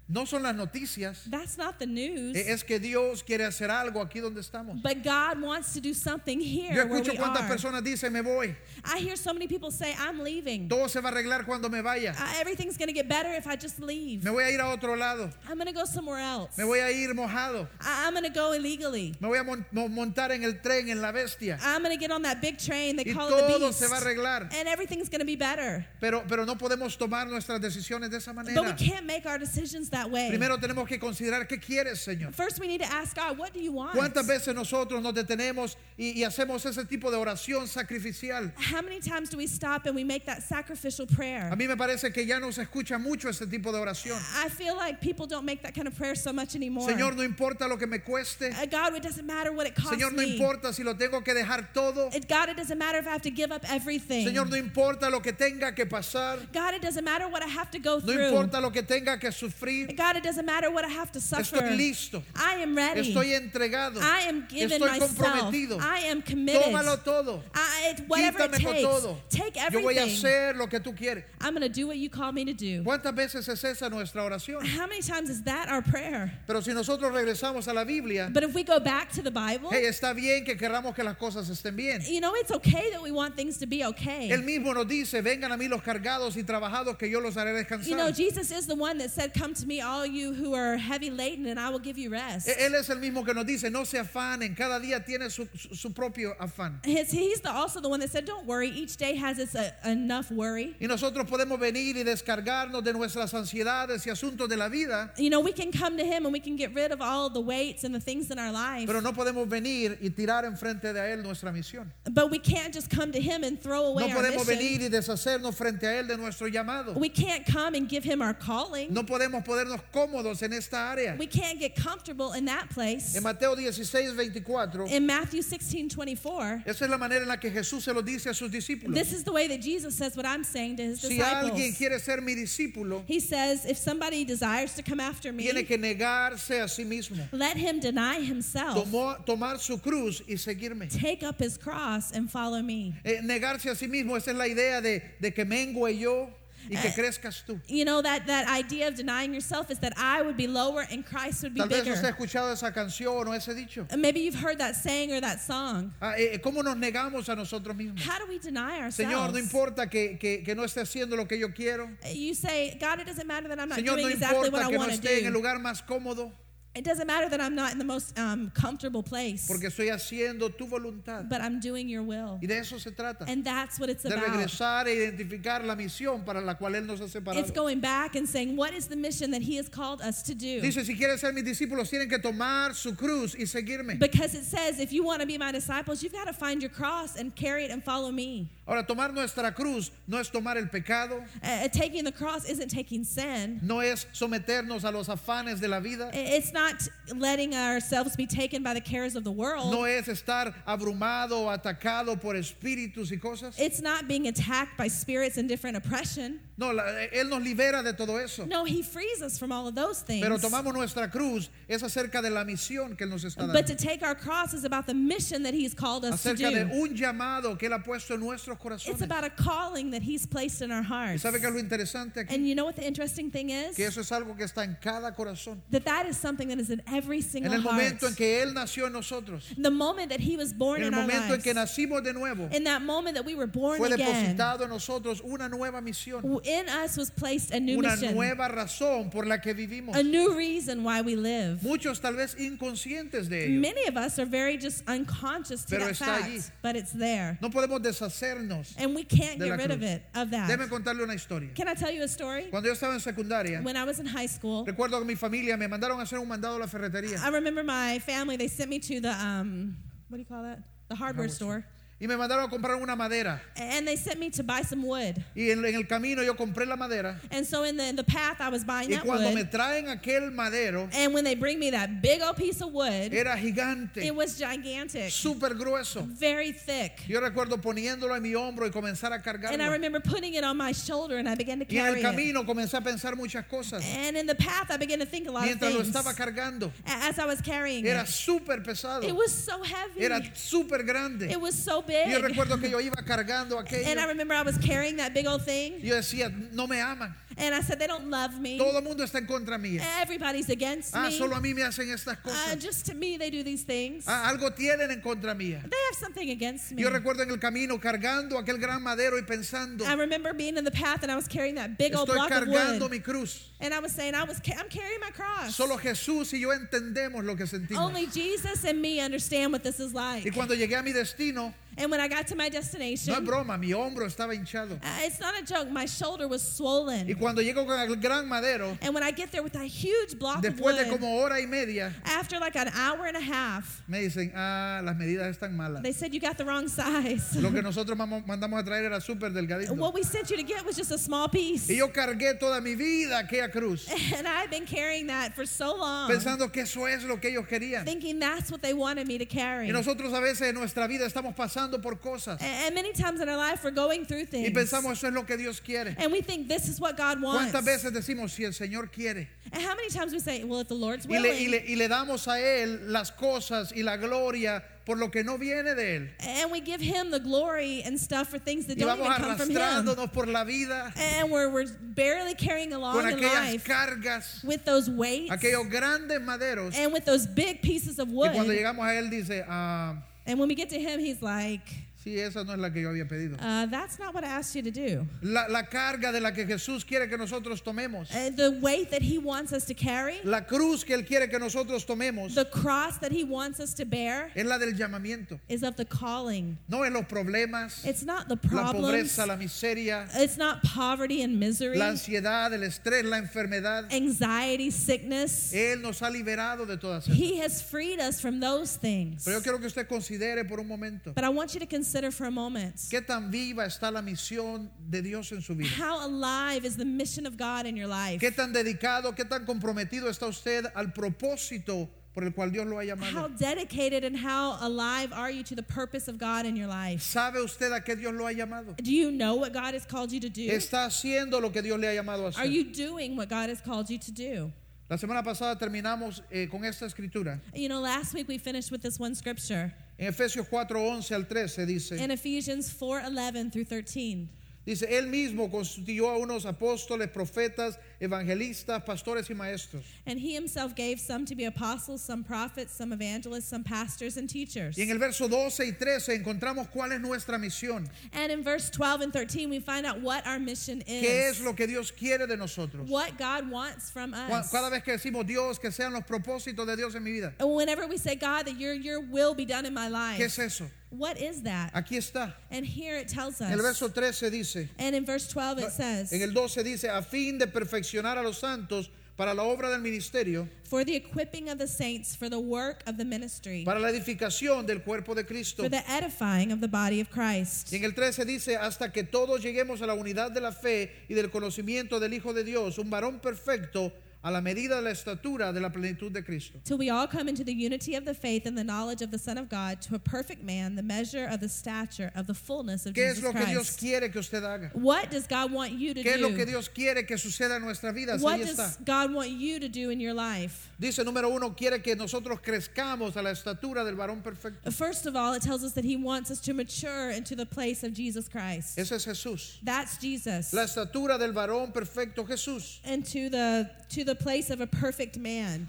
Speaker 1: No son las noticias.
Speaker 2: That's not the news.
Speaker 1: E- Es que Dios quiere hacer algo aquí donde estamos.
Speaker 2: but God wants to do something
Speaker 1: Yo
Speaker 2: here where
Speaker 1: escucho
Speaker 2: we
Speaker 1: cuántas
Speaker 2: are.
Speaker 1: personas dicen, me voy.
Speaker 2: I hear so many people say, I'm leaving.
Speaker 1: Todo se va a arreglar cuando me vaya.
Speaker 2: Uh, everything's going to get better if I just leave.
Speaker 1: Me voy a ir a otro lado.
Speaker 2: I'm going to go somewhere else.
Speaker 1: Me voy a ir mojado.
Speaker 2: I- I'm going to go illegally.
Speaker 1: Me voy a mon- mo- montar en el tren, en la bestia.
Speaker 2: I'm going to get on that big train. They
Speaker 1: Y
Speaker 2: call it the
Speaker 1: todo
Speaker 2: beast.
Speaker 1: se va a arreglar.
Speaker 2: and everything's going to be better.
Speaker 1: Pero, pero no podemos tomar nuestras decisiones de esa
Speaker 2: But we
Speaker 1: manera.
Speaker 2: can't make our decisions that way.
Speaker 1: Primero tenemos que considerar qué quieres, Señor.
Speaker 2: First, we need to ask God, what do you want?
Speaker 1: ¿Cuántas veces nosotros nos detenemos y, y hacemos ese tipo de oración sacrificial?
Speaker 2: How many times do we stop and we make that sacrificial prayer?
Speaker 1: A mí me parece que ya no se escucha mucho ese tipo de oración.
Speaker 2: I feel like people don't make that kind of prayer so much anymore.
Speaker 1: Señor, no importa lo que me cueste.
Speaker 2: Uh, God, it doesn't matter what it costs
Speaker 1: Señor, no
Speaker 2: me.
Speaker 1: importa si lo tengo que dejar todo.
Speaker 2: It- God, it doesn't matter if I have to give up everything.
Speaker 1: Señor, no importa lo que tenga que pasar.
Speaker 2: God, it doesn't matter what I have to go
Speaker 1: No
Speaker 2: through.
Speaker 1: importa lo que tenga que sufrir.
Speaker 2: God, it doesn't matter what I have to suffer.
Speaker 1: Estoy listo.
Speaker 2: I am ready.
Speaker 1: Estoy entregado.
Speaker 2: I am given
Speaker 1: Estoy
Speaker 2: myself.
Speaker 1: comprometido.
Speaker 2: I am committed.
Speaker 1: Tómalo todo.
Speaker 2: I, it, whatever it
Speaker 1: Quítame con
Speaker 2: takes,
Speaker 1: todo.
Speaker 2: take
Speaker 1: Yo voy a
Speaker 2: everything.
Speaker 1: hacer lo que tú quieres.
Speaker 2: I'm going to do what you call me to do.
Speaker 1: ¿Cuántas veces es esa nuestra oración?
Speaker 2: How many times is that our prayer?
Speaker 1: Pero si nosotros regresamos a la Biblia,
Speaker 2: But if we go back to the Bible,
Speaker 1: hey, eh. está bien que querramos que las cosas estén bien.
Speaker 2: you know, it's okay that we want things to be okay.
Speaker 1: Él mismo nos dice, vengan a mí los cargados y trabajados que yo los haré
Speaker 2: You know,
Speaker 1: descansar.
Speaker 2: Jesus is the one that said, Come to me, all you who are heavy laden, and I will give you rest.
Speaker 1: E- Él es el mismo que nos dice, no se afanen, cada día tiene su, su- su propio afán.
Speaker 2: His, he's the, also the one that said, Don't worry, each day has its uh, enough worry.
Speaker 1: Y nosotros podemos venir y descargarnos de nuestras ansiedades y asuntos de la vida,
Speaker 2: You know, we can come to Him and we can get rid of all the weights and the things in our life,
Speaker 1: pero no podemos venir y tirar enfrente de Él nuestra misión.
Speaker 2: but we can't just come to Him and throw
Speaker 1: No
Speaker 2: away our
Speaker 1: podemos
Speaker 2: mission.
Speaker 1: venir y deshacernos frente a Él de nuestro llamado.
Speaker 2: We can't come and give Him our calling.
Speaker 1: No podemos ponernos cómodos en esta área.
Speaker 2: We can't get comfortable in that place.
Speaker 1: En Mateo 16, 24,
Speaker 2: In Matthew 16 24,
Speaker 1: esa es la manera en la que Jesús se lo dice a sus discípulos.
Speaker 2: this is the way that Jesus says what I'm saying to His
Speaker 1: Si alguien
Speaker 2: disciples.
Speaker 1: quiere ser mi discípulo,
Speaker 2: He says, If somebody desires to come after me,
Speaker 1: tiene que negarse a sí mismo,
Speaker 2: Let him deny himself,
Speaker 1: tomó- tomar su cruz y seguirme.
Speaker 2: take up his cross, and follow me.
Speaker 1: Eh, negarse a sí mismo, esa es la idea de, de que mengue yo y
Speaker 2: Eh,
Speaker 1: que crezcas tú.
Speaker 2: You know that that idea of denying yourself is that I would be lower and Christ would be
Speaker 1: Tal vez usted ha
Speaker 2: bigger.
Speaker 1: escuchado esa canción o ese dicho.
Speaker 2: And Maybe you've heard that saying or that song.
Speaker 1: Ah, eh, ¿Cómo nos negamos a nosotros mismos?
Speaker 2: How do we deny
Speaker 1: Señor, no
Speaker 2: ourselves?
Speaker 1: importa que, que- que no esté haciendo lo que yo quiero.
Speaker 2: You say, God, it doesn't matter that I'm not
Speaker 1: Señor,
Speaker 2: doing
Speaker 1: no
Speaker 2: exactly what
Speaker 1: importa
Speaker 2: I
Speaker 1: que no
Speaker 2: want to
Speaker 1: esté en el
Speaker 2: do.
Speaker 1: lugar más cómodo,
Speaker 2: It doesn't matter that I'm not in the most um, comfortable place,
Speaker 1: porque estoy haciendo tu voluntad.
Speaker 2: but I'm doing your will.
Speaker 1: Y de eso se trata.
Speaker 2: And that's what it's
Speaker 1: De
Speaker 2: about.
Speaker 1: regresar e identificar la misión para la cual Él nos ha
Speaker 2: It's
Speaker 1: separado.
Speaker 2: going back and saying, what is the mission that he has called us to do?
Speaker 1: Dice, si quieren ser mis discípulos, tienen que tomar su cruz y seguirme.
Speaker 2: Because it says, if you want to be my disciples, you've got to find your cross and carry it and follow me.
Speaker 1: Ahora, tomar nuestra cruz no es tomar el pecado,
Speaker 2: Uh, taking the cross isn't taking sin.
Speaker 1: no es someternos a los afanes de la vida,
Speaker 2: I- It's not letting ourselves be taken by the cares of the world.
Speaker 1: no es estar abrumado o atacado por espíritus y cosas.
Speaker 2: It's not being attacked by spirits and different oppression.
Speaker 1: No, la- eh, Él nos libera de todo eso.
Speaker 2: No, he frees us from all of those things.
Speaker 1: Pero tomamos nuestra cruz, es acerca de la misión que Él nos está
Speaker 2: But
Speaker 1: dando.
Speaker 2: to take our cross is about the mission that he's called us to
Speaker 1: Acerca de
Speaker 2: do.
Speaker 1: un llamado que Él ha puesto en nuestros
Speaker 2: It's
Speaker 1: corazones.
Speaker 2: about a calling that he's placed in our
Speaker 1: ¿Y
Speaker 2: hearts.
Speaker 1: sabe qué es lo interesante aquí?
Speaker 2: And you know what the interesting thing is?
Speaker 1: Que eso es algo que está en cada corazón.
Speaker 2: That that is something that Him is in every single
Speaker 1: En el
Speaker 2: heart.
Speaker 1: momento en que Él nació en nosotros,
Speaker 2: the moment that He was born
Speaker 1: en el
Speaker 2: in our
Speaker 1: momento en
Speaker 2: lives,
Speaker 1: que nacimos de nuevo,
Speaker 2: in that moment that we were born
Speaker 1: fue
Speaker 2: again,
Speaker 1: depositado en nosotros una nueva misión,
Speaker 2: w- in us was placed a new
Speaker 1: una
Speaker 2: mission,
Speaker 1: nueva razón por la que vivimos.
Speaker 2: a new reason why we live.
Speaker 1: Muchos tal vez inconscientes de ello.
Speaker 2: Many of us are very just unconscious to
Speaker 1: Pero
Speaker 2: that
Speaker 1: está
Speaker 2: fact,
Speaker 1: allí.
Speaker 2: but it's there.
Speaker 1: No podemos deshacernos.
Speaker 2: And we can't
Speaker 1: De
Speaker 2: get
Speaker 1: la
Speaker 2: rid of
Speaker 1: cruz.
Speaker 2: it, of that.
Speaker 1: Déjeme contarle una historia.
Speaker 2: Can I tell you a story?
Speaker 1: Cuando yo estaba en secundaria,
Speaker 2: When I was in high school,
Speaker 1: recuerdo que mi familia me mandaron a hacer un mandado a la ferretería.
Speaker 2: I remember my family, they sent me to the, um, what do you call that? The hardware
Speaker 1: Hardware
Speaker 2: store.
Speaker 1: Y me mandaron a comprar una madera.
Speaker 2: And they sent me to buy some wood.
Speaker 1: Y en, en el camino yo compré la madera.
Speaker 2: And so in the, in the path, I was buying
Speaker 1: Y
Speaker 2: that
Speaker 1: cuando me
Speaker 2: wood.
Speaker 1: traen aquel madero,
Speaker 2: And when they bring me that big old piece of wood,
Speaker 1: era gigante,
Speaker 2: it was gigantic,
Speaker 1: súper grueso.
Speaker 2: very thick.
Speaker 1: Yo recuerdo poniéndolo en mi hombro y comenzar a
Speaker 2: And I
Speaker 1: cargarlo.
Speaker 2: remember putting it on my shoulder and I began to
Speaker 1: Y en
Speaker 2: carry
Speaker 1: el
Speaker 2: it.
Speaker 1: camino comencé a pensar muchas cosas.
Speaker 2: And in the path, I began to think a lot of
Speaker 1: Mientras lo
Speaker 2: things.
Speaker 1: estaba cargando,
Speaker 2: A- as I was carrying
Speaker 1: era
Speaker 2: it.
Speaker 1: súper pesado.
Speaker 2: It was so heavy.
Speaker 1: Era súper grande.
Speaker 2: it was so
Speaker 1: Y yo
Speaker 2: big.
Speaker 1: recuerdo que yo iba cargando
Speaker 2: And I
Speaker 1: aquello.
Speaker 2: remember I was carrying that big old thing,
Speaker 1: Yo decía, no me aman.
Speaker 2: and I said, They don't love me.
Speaker 1: Todo el mundo está en contra mía.
Speaker 2: Everybody's against
Speaker 1: Ah,
Speaker 2: me.
Speaker 1: solo a mí me hacen estas
Speaker 2: Uh,
Speaker 1: cosas.
Speaker 2: just to me, they do these things.
Speaker 1: Ah, algo tienen en contra mía.
Speaker 2: They have something against me.
Speaker 1: Yo recuerdo en el camino cargando aquel gran madero y pensando,
Speaker 2: I remember being in the path, and I was carrying that big old
Speaker 1: estoy
Speaker 2: block of
Speaker 1: cargando
Speaker 2: wood.
Speaker 1: mi cruz.
Speaker 2: And I was saying, I was ca- I'm carrying my cross.
Speaker 1: Solo Jesús y yo entendemos lo que sentimos.
Speaker 2: Only Jesus and me understand what this is
Speaker 1: Y
Speaker 2: like.
Speaker 1: cuando llegué a mi destino,
Speaker 2: And when I got to my
Speaker 1: no es
Speaker 2: destination, uh,
Speaker 1: broma, mi hombro estaba hinchado.
Speaker 2: it's not a joke. My shoulder was
Speaker 1: Y
Speaker 2: swollen.
Speaker 1: cuando llego con el gran madero,
Speaker 2: And when I get there with that huge block of
Speaker 1: después de
Speaker 2: wood,
Speaker 1: como hora y media,
Speaker 2: After like an hour and a half,
Speaker 1: me dicen, ah, las medidas están malas.
Speaker 2: they said you got the wrong size.
Speaker 1: Lo que nosotros mamo- mandamos a traer era súper delgadito.
Speaker 2: What we sent you to get was just a small piece.
Speaker 1: Y yo cargué toda mi vida aquella cruz,
Speaker 2: And I've been carrying that for so long,
Speaker 1: pensando que eso es lo que ellos querían.
Speaker 2: thinking that's what they wanted me to carry.
Speaker 1: Y nosotros a veces en nuestra vida estamos pasando por cosas
Speaker 2: A- And many times in our life, we're going through
Speaker 1: y
Speaker 2: things.
Speaker 1: pensamos eso es lo que Dios quiere.
Speaker 2: And we think this is what God wants.
Speaker 1: ¿Cuántas veces decimos si el Señor quiere?
Speaker 2: And how many times we say, well, if the Lord's
Speaker 1: Y
Speaker 2: willing.
Speaker 1: le, y le- y le damos a Él las cosas y la gloria por lo que no viene de Él.
Speaker 2: And we give Him the glory and stuff for things that
Speaker 1: Y
Speaker 2: don't
Speaker 1: vamos
Speaker 2: even come from Him.
Speaker 1: arrastrándonos por la vida
Speaker 2: And we're, we're barely carrying
Speaker 1: con
Speaker 2: along in
Speaker 1: aquellas
Speaker 2: life
Speaker 1: cargas,
Speaker 2: with those weights
Speaker 1: aquellos grandes maderos.
Speaker 2: and with those big pieces of
Speaker 1: Y
Speaker 2: wood.
Speaker 1: cuando llegamos a Él dice, ah,
Speaker 2: And when we get to him, he's like,
Speaker 1: sí, esa no es la que yo había pedido.
Speaker 2: uh, that's not what I asked you to do.
Speaker 1: La, la carga de la que Jesús quiere que nosotros tomemos,
Speaker 2: Uh, the weight that he wants us to carry,
Speaker 1: la cruz que Él quiere que nosotros tomemos,
Speaker 2: the cross that he wants us to bear,
Speaker 1: es la del llamamiento.
Speaker 2: is of the calling.
Speaker 1: No es los problemas,
Speaker 2: It's not the
Speaker 1: la
Speaker 2: problems.
Speaker 1: pobreza, la miseria,
Speaker 2: It's not poverty and misery,
Speaker 1: la ansiedad, el estrés, la enfermedad.
Speaker 2: anxiety, sickness.
Speaker 1: Él nos ha liberado de todas ellas.
Speaker 2: He has freed us from those things.
Speaker 1: Pero yo quiero que usted considere por un momento
Speaker 2: But I want you to consider for a moment
Speaker 1: qué tan viva está la misión de Dios en su vida.
Speaker 2: how alive is the mission of God in your life?
Speaker 1: Qué tan dedicado, qué tan comprometido está usted al propósito por el cual Dios lo ha
Speaker 2: How
Speaker 1: llamado.
Speaker 2: dedicated and how alive are you to the purpose of God in your life?
Speaker 1: ¿Sabe usted a qué Dios lo ha llamado?
Speaker 2: Do you know what God has called you to do?
Speaker 1: Está haciendo lo que Dios le ha llamado a
Speaker 2: Are
Speaker 1: hacer.
Speaker 2: you doing what God has called you to do?
Speaker 1: La semana pasada terminamos eh, con esta escritura.
Speaker 2: You know, last week we finished with this one scripture
Speaker 1: En Efesios 4, 11 al 13 dice.
Speaker 2: in Ephesians 4:11 through 13.
Speaker 1: Dice, él mismo constituyó a unos apóstoles, profetas, evangelistas, pastores y maestros.
Speaker 2: And he himself gave some to be apostles, some prophets, some evangelists, some pastors and teachers.
Speaker 1: Y en el verso 12 y 13 encontramos cuál es nuestra misión,
Speaker 2: And in verse 12 and 13 we find out what our mission
Speaker 1: qué es
Speaker 2: is.
Speaker 1: lo que Dios quiere de nosotros.
Speaker 2: What God wants from
Speaker 1: Cu-
Speaker 2: us.
Speaker 1: Cada vez que decimos Dios, que sean los propósitos de Dios en mi vida.
Speaker 2: And Whenever we say God that your your will be done in my
Speaker 1: ¿Qué es
Speaker 2: life.
Speaker 1: eso?
Speaker 2: What is that?
Speaker 1: Aquí está.
Speaker 2: And here it tells
Speaker 1: En el
Speaker 2: us.
Speaker 1: verso 13 dice,
Speaker 2: And in verse 12 it says
Speaker 1: en el 12 dice, a fin de perfeccionar a los santos para la obra del ministerio,
Speaker 2: for the equipping of the saints for the work of the ministry.
Speaker 1: para la edificación del cuerpo de Cristo.
Speaker 2: for the edifying of the body of
Speaker 1: Y
Speaker 2: Christ.
Speaker 1: en el 13 dice, hasta que todos lleguemos a la unidad de la fe y del conocimiento del Hijo de Dios, un varón perfecto a la medida de la estatura de la plenitud de Cristo.
Speaker 2: Till we all come into the unity of the faith and the knowledge of the Son of God to a perfect man, the measure of the stature of the fullness of
Speaker 1: ¿Qué es
Speaker 2: Jesus
Speaker 1: lo que Dios
Speaker 2: Christ.
Speaker 1: quiere que usted haga?
Speaker 2: What does God want you to
Speaker 1: ¿Qué es lo que
Speaker 2: do?
Speaker 1: Dios quiere que suceda en nuestras vidas?
Speaker 2: What
Speaker 1: Ahí
Speaker 2: does
Speaker 1: está.
Speaker 2: God want you to do in your life?
Speaker 1: Dice número uno, quiere que nosotros crezcamos a la estatura del varón perfecto.
Speaker 2: First of all, it tells us that He wants us to mature into the place of Jesus Christ.
Speaker 1: Ese es Jesús.
Speaker 2: That's Jesus.
Speaker 1: La estatura del varón perfecto Jesús.
Speaker 2: And to the to the place of a perfect man.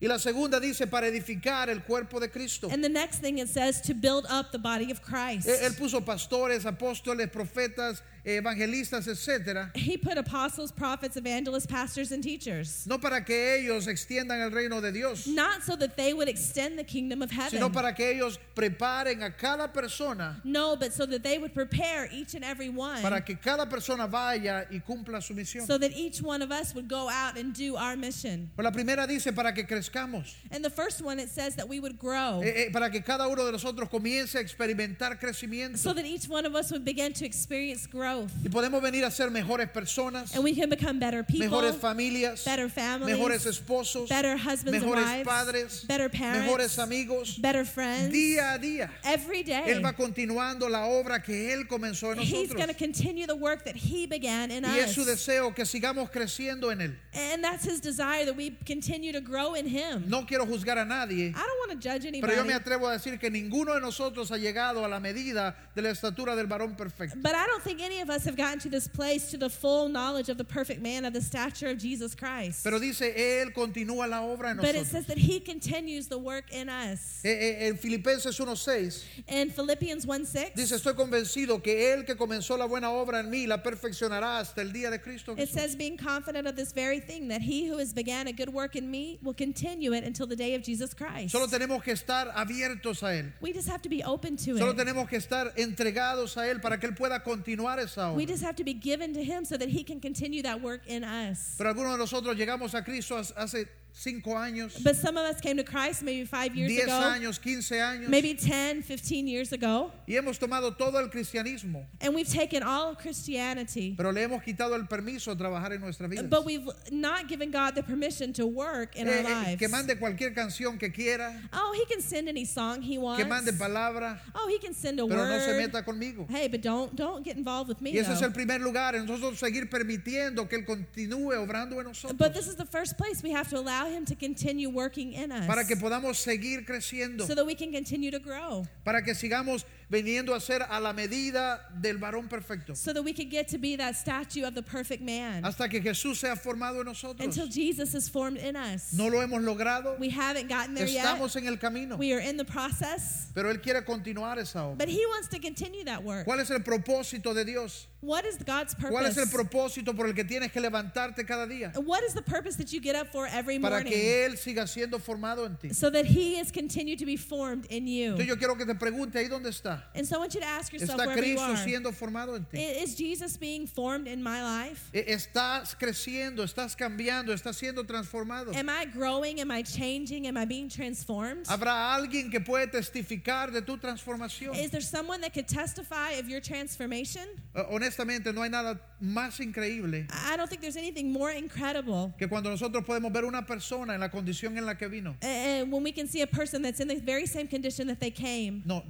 Speaker 1: Y la segunda dice para edificar el cuerpo de Cristo.
Speaker 2: And the next thing it says to build up the body of Christ.
Speaker 1: Él él puso pastores, apóstoles, profetas, evangelistas, etcétera,
Speaker 2: He put apostles, prophets, evangelists, pastors, and teachers.
Speaker 1: no para que ellos extiendan el reino de Dios,
Speaker 2: Not so that they would extend the kingdom of heaven.
Speaker 1: sino para que ellos preparen a cada persona
Speaker 2: no, but so that they would prepare each and every one.
Speaker 1: para que cada persona vaya y cumpla su misión.
Speaker 2: so that each one of us would go out and do our mission.
Speaker 1: Pues la primera dice para que crezcamos,
Speaker 2: And the first one, it says that we would grow.
Speaker 1: eh, eh, para que cada uno de nosotros comience a experimentar
Speaker 2: so
Speaker 1: crecimiento
Speaker 2: that each one of us would begin to experience growth.
Speaker 1: y podemos venir a ser mejores personas,
Speaker 2: And we can become better people,
Speaker 1: mejores familias,
Speaker 2: better families,
Speaker 1: mejores esposos,
Speaker 2: better husbands
Speaker 1: mejores
Speaker 2: and wives,
Speaker 1: padres,
Speaker 2: better parents,
Speaker 1: mejores amigos,
Speaker 2: better friends.
Speaker 1: día a día.
Speaker 2: Every day,
Speaker 1: Él va continuando la obra que Él comenzó en
Speaker 2: he's going to
Speaker 1: nosotros.
Speaker 2: continue the work that he began in
Speaker 1: Y es su
Speaker 2: us.
Speaker 1: deseo que sigamos creciendo en Él.
Speaker 2: And that's his desire that we continue to grow in him.
Speaker 1: No quiero juzgar a nadie,
Speaker 2: I don't want to judge
Speaker 1: pero yo me
Speaker 2: anybody,
Speaker 1: atrevo a decir que ninguno de nosotros ha llegado a la medida de la estatura del varón perfecto.
Speaker 2: but I don't think any of us have gotten to this place to the full knowledge of the perfect man of the stature of Jesus Christ.
Speaker 1: Pero dice, Él continúa la obra en
Speaker 2: but it
Speaker 1: nosotros.
Speaker 2: says that he continues the work in us.
Speaker 1: Eh, eh, En Filipenses 1.6
Speaker 2: In Philippians 1 6,
Speaker 1: dice, estoy convencido que Él que comenzó la buena obra en mí la perfeccionará hasta el día de Cristo.
Speaker 2: It
Speaker 1: Jesús.
Speaker 2: says, being confident of this very thing, that he who has began a good work in me will continue it until the day of Jesus Christ.
Speaker 1: Solo tenemos que estar abiertos a Él.
Speaker 2: we just have to be open to
Speaker 1: Solo
Speaker 2: it.
Speaker 1: tenemos que estar entregados a Él para que Él pueda continuar esa
Speaker 2: We
Speaker 1: obra.
Speaker 2: just have to be given to him so that he can continue that work in us.
Speaker 1: Pero algunos de nosotros llegamos a Cristo hace- hace 5 años,
Speaker 2: But some of us came to Christ maybe five years
Speaker 1: 10
Speaker 2: ago,
Speaker 1: años, 15 años,
Speaker 2: maybe 10, 15 years ago,
Speaker 1: y hemos tomado todo el cristianismo,
Speaker 2: and we've taken all of Christianity,
Speaker 1: pero le hemos quitado el permiso a trabajar en nuestra vida.
Speaker 2: but we've not given God the permission to work in our lives.
Speaker 1: Eh, que mande cualquier canción que quiera,
Speaker 2: oh, he can send any song he wants.
Speaker 1: que mande palabra,
Speaker 2: oh, he can send a
Speaker 1: pero no se
Speaker 2: word.
Speaker 1: meta conmigo.
Speaker 2: Hey, but don't don't get involved with me.
Speaker 1: Y ese es
Speaker 2: though.
Speaker 1: el primer lugar, en nosotros seguir permitiendo que Él continúe obrando en
Speaker 2: But
Speaker 1: nosotros
Speaker 2: this is the first place we have to allow him to continue working in us
Speaker 1: para que podamos seguir creciendo,
Speaker 2: so that we can continue to grow,
Speaker 1: para que sigamos viniendo a ser a la medida del varón perfecto,
Speaker 2: so that we can get to be that statue of the perfect man
Speaker 1: hasta que Jesús sea formado en nosotros.
Speaker 2: until Jesus is formed in us.
Speaker 1: No lo hemos logrado.
Speaker 2: We haven't gotten there yet.
Speaker 1: Estamos en el camino.
Speaker 2: We are in the process,
Speaker 1: Pero Él quiere continuar esa obra.
Speaker 2: but he wants to continue that work.
Speaker 1: ¿Cuál es el propósito de Dios?
Speaker 2: What is God's
Speaker 1: ¿Cuál es el
Speaker 2: purpose?
Speaker 1: propósito por el que tienes que levantarte cada día?
Speaker 2: What is the purpose that you get up for every
Speaker 1: Para
Speaker 2: morning
Speaker 1: que Él siga siendo formado en ti.
Speaker 2: so that he is continued to be formed in
Speaker 1: Entonces
Speaker 2: you?
Speaker 1: yo quiero que te pregunte, ¿ahí dónde está?
Speaker 2: And so I want you to ask yourself
Speaker 1: ¿Está
Speaker 2: wherever you
Speaker 1: Cristo
Speaker 2: are, Eh.
Speaker 1: siendo formado en ti?
Speaker 2: "I- is Jesus being formed in my life?
Speaker 1: E- Estás creciendo, estás cambiando, estás siendo transformado.
Speaker 2: Am I growing? Am I changing? Am I being transformed?
Speaker 1: ¿Habrá alguien que puede testificar de tu transformación?
Speaker 2: Is there someone that could testify of your transformation?
Speaker 1: Eh, Honestamente, no hay nada más increíble
Speaker 2: I I don't think there's anything more incredible.
Speaker 1: que cuando nosotros podemos ver una persona en la condición en la que vino.
Speaker 2: A- And when we can see a person that's in the very same condition that they came,
Speaker 1: No,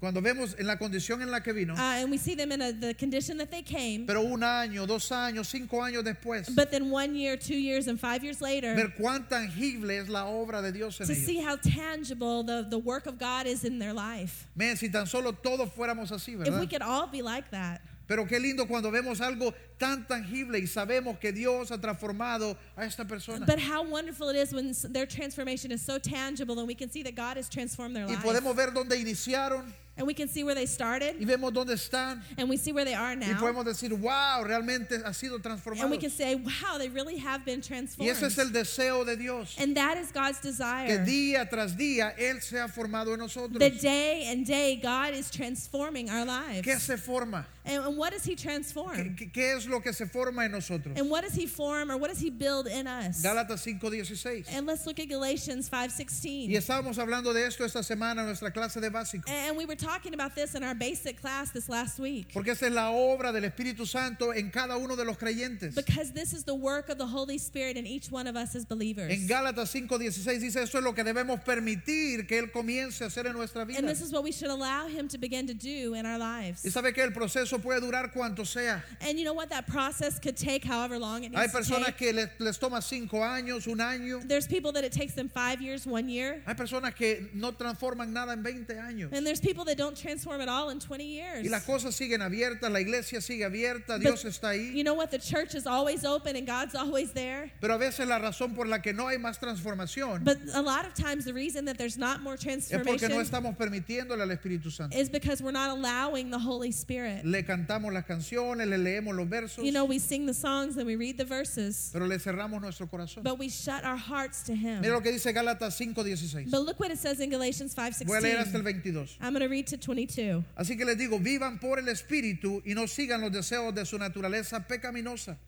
Speaker 1: cuando vemos en la condición en la que vino,
Speaker 2: uh, and we see them in a, the condition that they came,
Speaker 1: pero un año, dos años, cinco años después,
Speaker 2: but then one year, two years, and five years later,
Speaker 1: ver cuán tangible es la obra de Dios en
Speaker 2: to see
Speaker 1: ellos.
Speaker 2: how tangible the, the work of God is in their life.
Speaker 1: Men, si tan solo todos fuéramos así,
Speaker 2: If
Speaker 1: ¿verdad?
Speaker 2: we could all be like that.
Speaker 1: Pero qué lindo cuando vemos algo tan tangible y sabemos que Dios ha transformado a esta persona.
Speaker 2: But how wonderful it is when s- their transformation is so tangible and we can see that God has transformed their
Speaker 1: Y
Speaker 2: life.
Speaker 1: podemos ver dónde iniciaron
Speaker 2: And we can see where they
Speaker 1: y
Speaker 2: started
Speaker 1: vemos dónde están
Speaker 2: and we see where they are
Speaker 1: y
Speaker 2: now.
Speaker 1: podemos decir, wow, realmente ha sido
Speaker 2: And
Speaker 1: transformado.
Speaker 2: we can say, wow, they really have been
Speaker 1: Y ese es
Speaker 2: transformed.
Speaker 1: el deseo de Dios,
Speaker 2: And that is God's
Speaker 1: que
Speaker 2: desire.
Speaker 1: día tras día Él se ha formado en nosotros.
Speaker 2: The day and day, God is transforming our
Speaker 1: ¿Qué
Speaker 2: lives.
Speaker 1: se forma?
Speaker 2: And, and what does He
Speaker 1: ¿Qué,
Speaker 2: transform?
Speaker 1: qué- qué es lo que se forma en nosotros?
Speaker 2: And what does He form or what does He build in us?
Speaker 1: Gálatas 5:16.
Speaker 2: And let's look at Galatians
Speaker 1: Y
Speaker 2: 5.16.
Speaker 1: estábamos hablando de esto esta semana en nuestra clase de básico,
Speaker 2: And we were talking about this in our basic class this last week.
Speaker 1: porque esa es la obra del Espíritu Santo en cada uno de los creyentes.
Speaker 2: Because this is the work of the Holy Spirit in each one of us as believers.
Speaker 1: En Gálatas 5:16 dice, eso es lo que debemos permitir que él comience a hacer en nuestra
Speaker 2: And
Speaker 1: vida.
Speaker 2: this is what we should allow Him to begin to do in our lives.
Speaker 1: Y sabe que el proceso puede durar cuanto sea.
Speaker 2: And you know what? That process could take however long it needs
Speaker 1: Hay
Speaker 2: to
Speaker 1: personas
Speaker 2: take.
Speaker 1: que les, les toma cinco años, un año.
Speaker 2: There's people that it takes them five years, one year.
Speaker 1: Hay personas que no transforman nada en 20 años.
Speaker 2: And there's people that don't transform at all in 20 years.
Speaker 1: Y las cosas siguen abiertas, la iglesia sigue abierta,
Speaker 2: But
Speaker 1: Dios está ahí.
Speaker 2: You know what? The church is always open and God's always there.
Speaker 1: Pero a veces la razón por la que no hay más transformación
Speaker 2: But a lot of times, the reason that there's not more
Speaker 1: es porque
Speaker 2: transformation
Speaker 1: no estamos permitiéndole al Espíritu Santo.
Speaker 2: is because we're not allowing the Holy Spirit.
Speaker 1: Le cantamos las canciones, le leemos los versos,
Speaker 2: You know, we sing the songs and we read the verses,
Speaker 1: pero le cerramos nuestro corazón.
Speaker 2: but we shut our hearts to Him.
Speaker 1: Mira lo que dice Gálatas 5:16.
Speaker 2: But look what it says in Galatians
Speaker 1: Voy a leer hasta el
Speaker 2: 5:16.
Speaker 1: 22.
Speaker 2: I'm going to read to 22.
Speaker 1: Así que les digo, vivan por el Espíritu y no sigan los deseos de su naturaleza pecaminosa,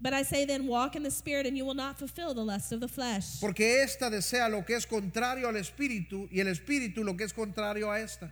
Speaker 2: But I say then, walk in the Spirit, and you will not fulfill the lust of the flesh.
Speaker 1: porque ésta desea lo que es contrario al Espíritu y el Espíritu lo que es contrario a ésta.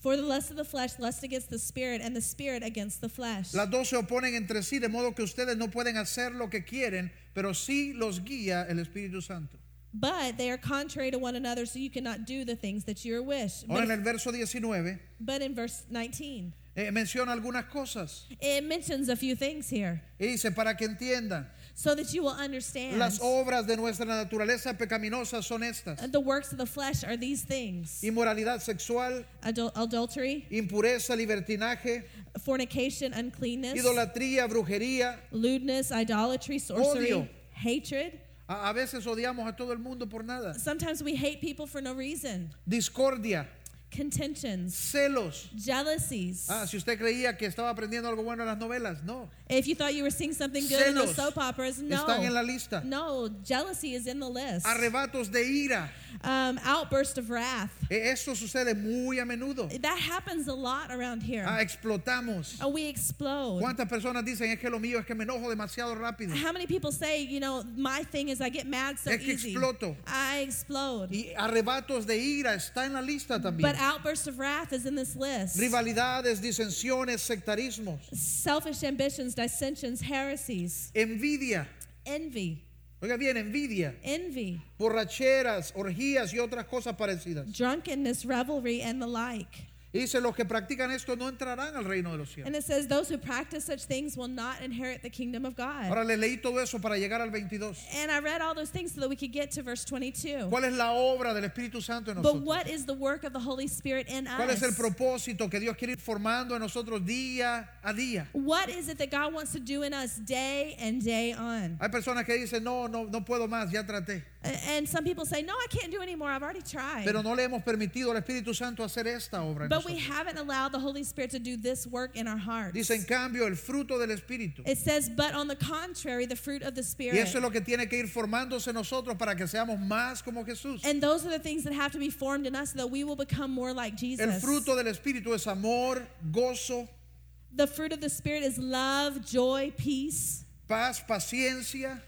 Speaker 2: For the lust of the flesh lust against the Spirit, and the Spirit against the flesh.
Speaker 1: Las dos se oponen entre sí, de modo que ustedes no pueden hacer lo que quieren, pero sí los guía el Espíritu Santo.
Speaker 2: But they are contrary to one another, so you cannot do the things that you wish.
Speaker 1: Ahora en
Speaker 2: But,
Speaker 1: el verso 19
Speaker 2: but in verse 19,
Speaker 1: eh, menciona algunas cosas
Speaker 2: it mentions a few things here
Speaker 1: y dice, para que entiendan,
Speaker 2: so that you will understand
Speaker 1: las obras de nuestra naturaleza pecaminosa son estas.
Speaker 2: the works of the flesh are these things
Speaker 1: Inmoralidad sexual,
Speaker 2: Adul- adultery,
Speaker 1: impureza, libertinaje,
Speaker 2: fornication, uncleanness,
Speaker 1: idolatría, brujería,
Speaker 2: lewdness, idolatry, sorcery,
Speaker 1: Odio.
Speaker 2: hatred.
Speaker 1: A, a veces odiamos a todo el mundo por nada.
Speaker 2: Sometimes we hate people for no reason,
Speaker 1: Discordia,
Speaker 2: contentions,
Speaker 1: celos.
Speaker 2: jealousies.
Speaker 1: Ah, si usted creía que estaba aprendiendo algo bueno en las novelas, no.
Speaker 2: If you thought you were seeing something good in the
Speaker 1: Celos.
Speaker 2: soap operas, no.
Speaker 1: Están en la lista.
Speaker 2: No, jealousy is in the list.
Speaker 1: Arrebatos de ira.
Speaker 2: Um, outburst of wrath.
Speaker 1: Eh, Eso sucede muy a menudo.
Speaker 2: That happens a lot around here.
Speaker 1: Ah, explotamos.
Speaker 2: Uh, we explode.
Speaker 1: ¿Cuántas personas dicen es que lo mío es que me enojo demasiado rápido?
Speaker 2: How many people say, you know, my thing is I get mad so
Speaker 1: Es que
Speaker 2: easy.
Speaker 1: exploto.
Speaker 2: I explode.
Speaker 1: Y arrebatos de ira está en la lista también.
Speaker 2: But outburst of wrath is in this list.
Speaker 1: Rivalidades, disensiones, sectarismos,
Speaker 2: Selfish ambitions, dissensions, heresies,
Speaker 1: envidia.
Speaker 2: envy,
Speaker 1: Oiga bien, envidia.
Speaker 2: envy,
Speaker 1: Borracheras, orgías y otras cosas parecidas.
Speaker 2: drunkenness, revelry, and the like.
Speaker 1: Y dice, los que practican esto no entrarán al reino de los cielos.
Speaker 2: And it says, those who practice such things will not inherit the kingdom of God.
Speaker 1: Ahora le leí todo eso para llegar al 22.
Speaker 2: And I read all those things so that we could get to verse 22.
Speaker 1: ¿Cuál es la obra del Espíritu Santo en
Speaker 2: But
Speaker 1: nosotros?
Speaker 2: what is the work of the Holy Spirit in
Speaker 1: ¿Cuál es el
Speaker 2: us?
Speaker 1: propósito que Dios quiere ir formando en nosotros día a día?
Speaker 2: What is it that God wants to do in us day and day on?
Speaker 1: Hay personas que dicen, no, no, no puedo más, ya traté.
Speaker 2: A- And some people say, no, I can't do anymore. I've already tried.
Speaker 1: Pero no le hemos permitido al Espíritu Santo hacer esta obra en
Speaker 2: But we
Speaker 1: nosotros.
Speaker 2: haven't allowed the Holy Spirit to do this work in our hearts.
Speaker 1: Dice, en cambio, el fruto del Espíritu.
Speaker 2: It says, but on the contrary, the fruit of the
Speaker 1: Y
Speaker 2: Spirit.
Speaker 1: eso es lo que tiene que ir formándose en nosotros para que seamos más como Jesús.
Speaker 2: And those are the things that have to be formed in us so that we will become more like
Speaker 1: El
Speaker 2: Jesus.
Speaker 1: fruto del Espíritu es amor, gozo,
Speaker 2: The fruit of the Spirit is love, joy, peace,
Speaker 1: paz, paciencia,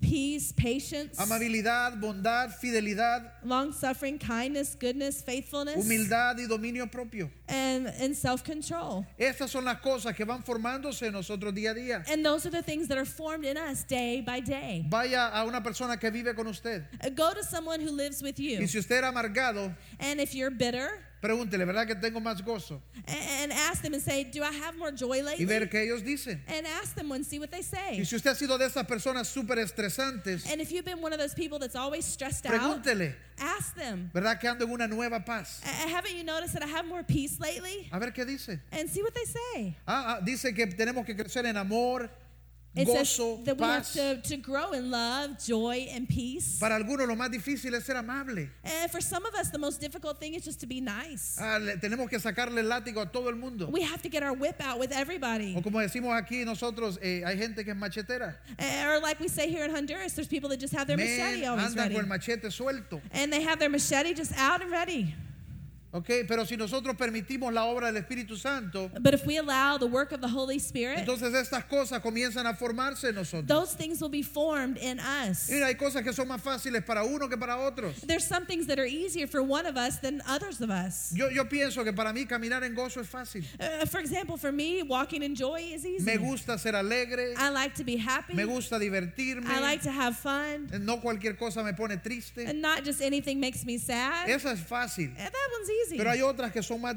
Speaker 2: peace, patience,
Speaker 1: amabilidad, bondad, fidelidad,
Speaker 2: long suffering, kindness, goodness, faithfulness,
Speaker 1: humildad y dominio propio.
Speaker 2: and, and self control.
Speaker 1: Estas son las cosas que van formándose en nosotros día a día.
Speaker 2: And those are the things that are formed in us day by day.
Speaker 1: Vaya a una persona que vive con usted.
Speaker 2: Uh, Go to someone who lives with you.
Speaker 1: Y si usted era amargado,
Speaker 2: And if you're bitter,
Speaker 1: pregúntele, ¿verdad que tengo más gozo?
Speaker 2: a- and ask them and say, Do I have more joy
Speaker 1: Y ver
Speaker 2: lately?
Speaker 1: qué ellos dicen.
Speaker 2: And ask them and see what they
Speaker 1: Y
Speaker 2: say.
Speaker 1: si usted ha sido de esas personas súper estresantes,
Speaker 2: And if you've been one of those people that's always stressed out,
Speaker 1: pregúntele,
Speaker 2: ask them,
Speaker 1: ¿verdad que ando en una nueva paz?
Speaker 2: "Uh, Haven't you noticed that I have more peace lately?
Speaker 1: A ver qué dice.
Speaker 2: And see what they say.
Speaker 1: Ah, ah, dice que tenemos que crecer en amor,
Speaker 2: It
Speaker 1: gozo,
Speaker 2: says that we have
Speaker 1: paz.
Speaker 2: to, to grow in love, joy, and peace.
Speaker 1: Para algunos lo más difícil es ser amable.
Speaker 2: And for some of us, the most difficult thing is just to be nice.
Speaker 1: Ah, le- tenemos que sacarle el látigo a todo el mundo.
Speaker 2: We have to get our whip out with everybody.
Speaker 1: O como decimos aquí nosotros, eh, hay gente que es machetera.
Speaker 2: Uh, Or like we say here in Honduras, there's people that just have their
Speaker 1: Men,
Speaker 2: machete always
Speaker 1: andan
Speaker 2: ready.
Speaker 1: con el machete suelto.
Speaker 2: And they have their machete just out and ready.
Speaker 1: Ok, pero si nosotros permitimos la obra del Espíritu Santo,
Speaker 2: But if we allow the work of the Holy Spirit,
Speaker 1: entonces estas cosas comienzan a formarse en nosotros.
Speaker 2: those things will be formed in us.
Speaker 1: Mira, hay cosas que son más fáciles para uno que para otros.
Speaker 2: There's some things that are easier for one of us than others of us.
Speaker 1: Yo, yo pienso que para mí caminar en gozo es fácil.
Speaker 2: Uh, for example, for me, walking in joy is
Speaker 1: Me
Speaker 2: easy.
Speaker 1: gusta ser alegre,
Speaker 2: I like to be happy.
Speaker 1: me gusta
Speaker 2: I
Speaker 1: divertirme,
Speaker 2: like to have fun.
Speaker 1: no cualquier cosa me pone triste.
Speaker 2: And not just anything makes me sad.
Speaker 1: Esa es fácil.
Speaker 2: Uh, that one's easy.
Speaker 1: Pero hay otras que son más
Speaker 2: But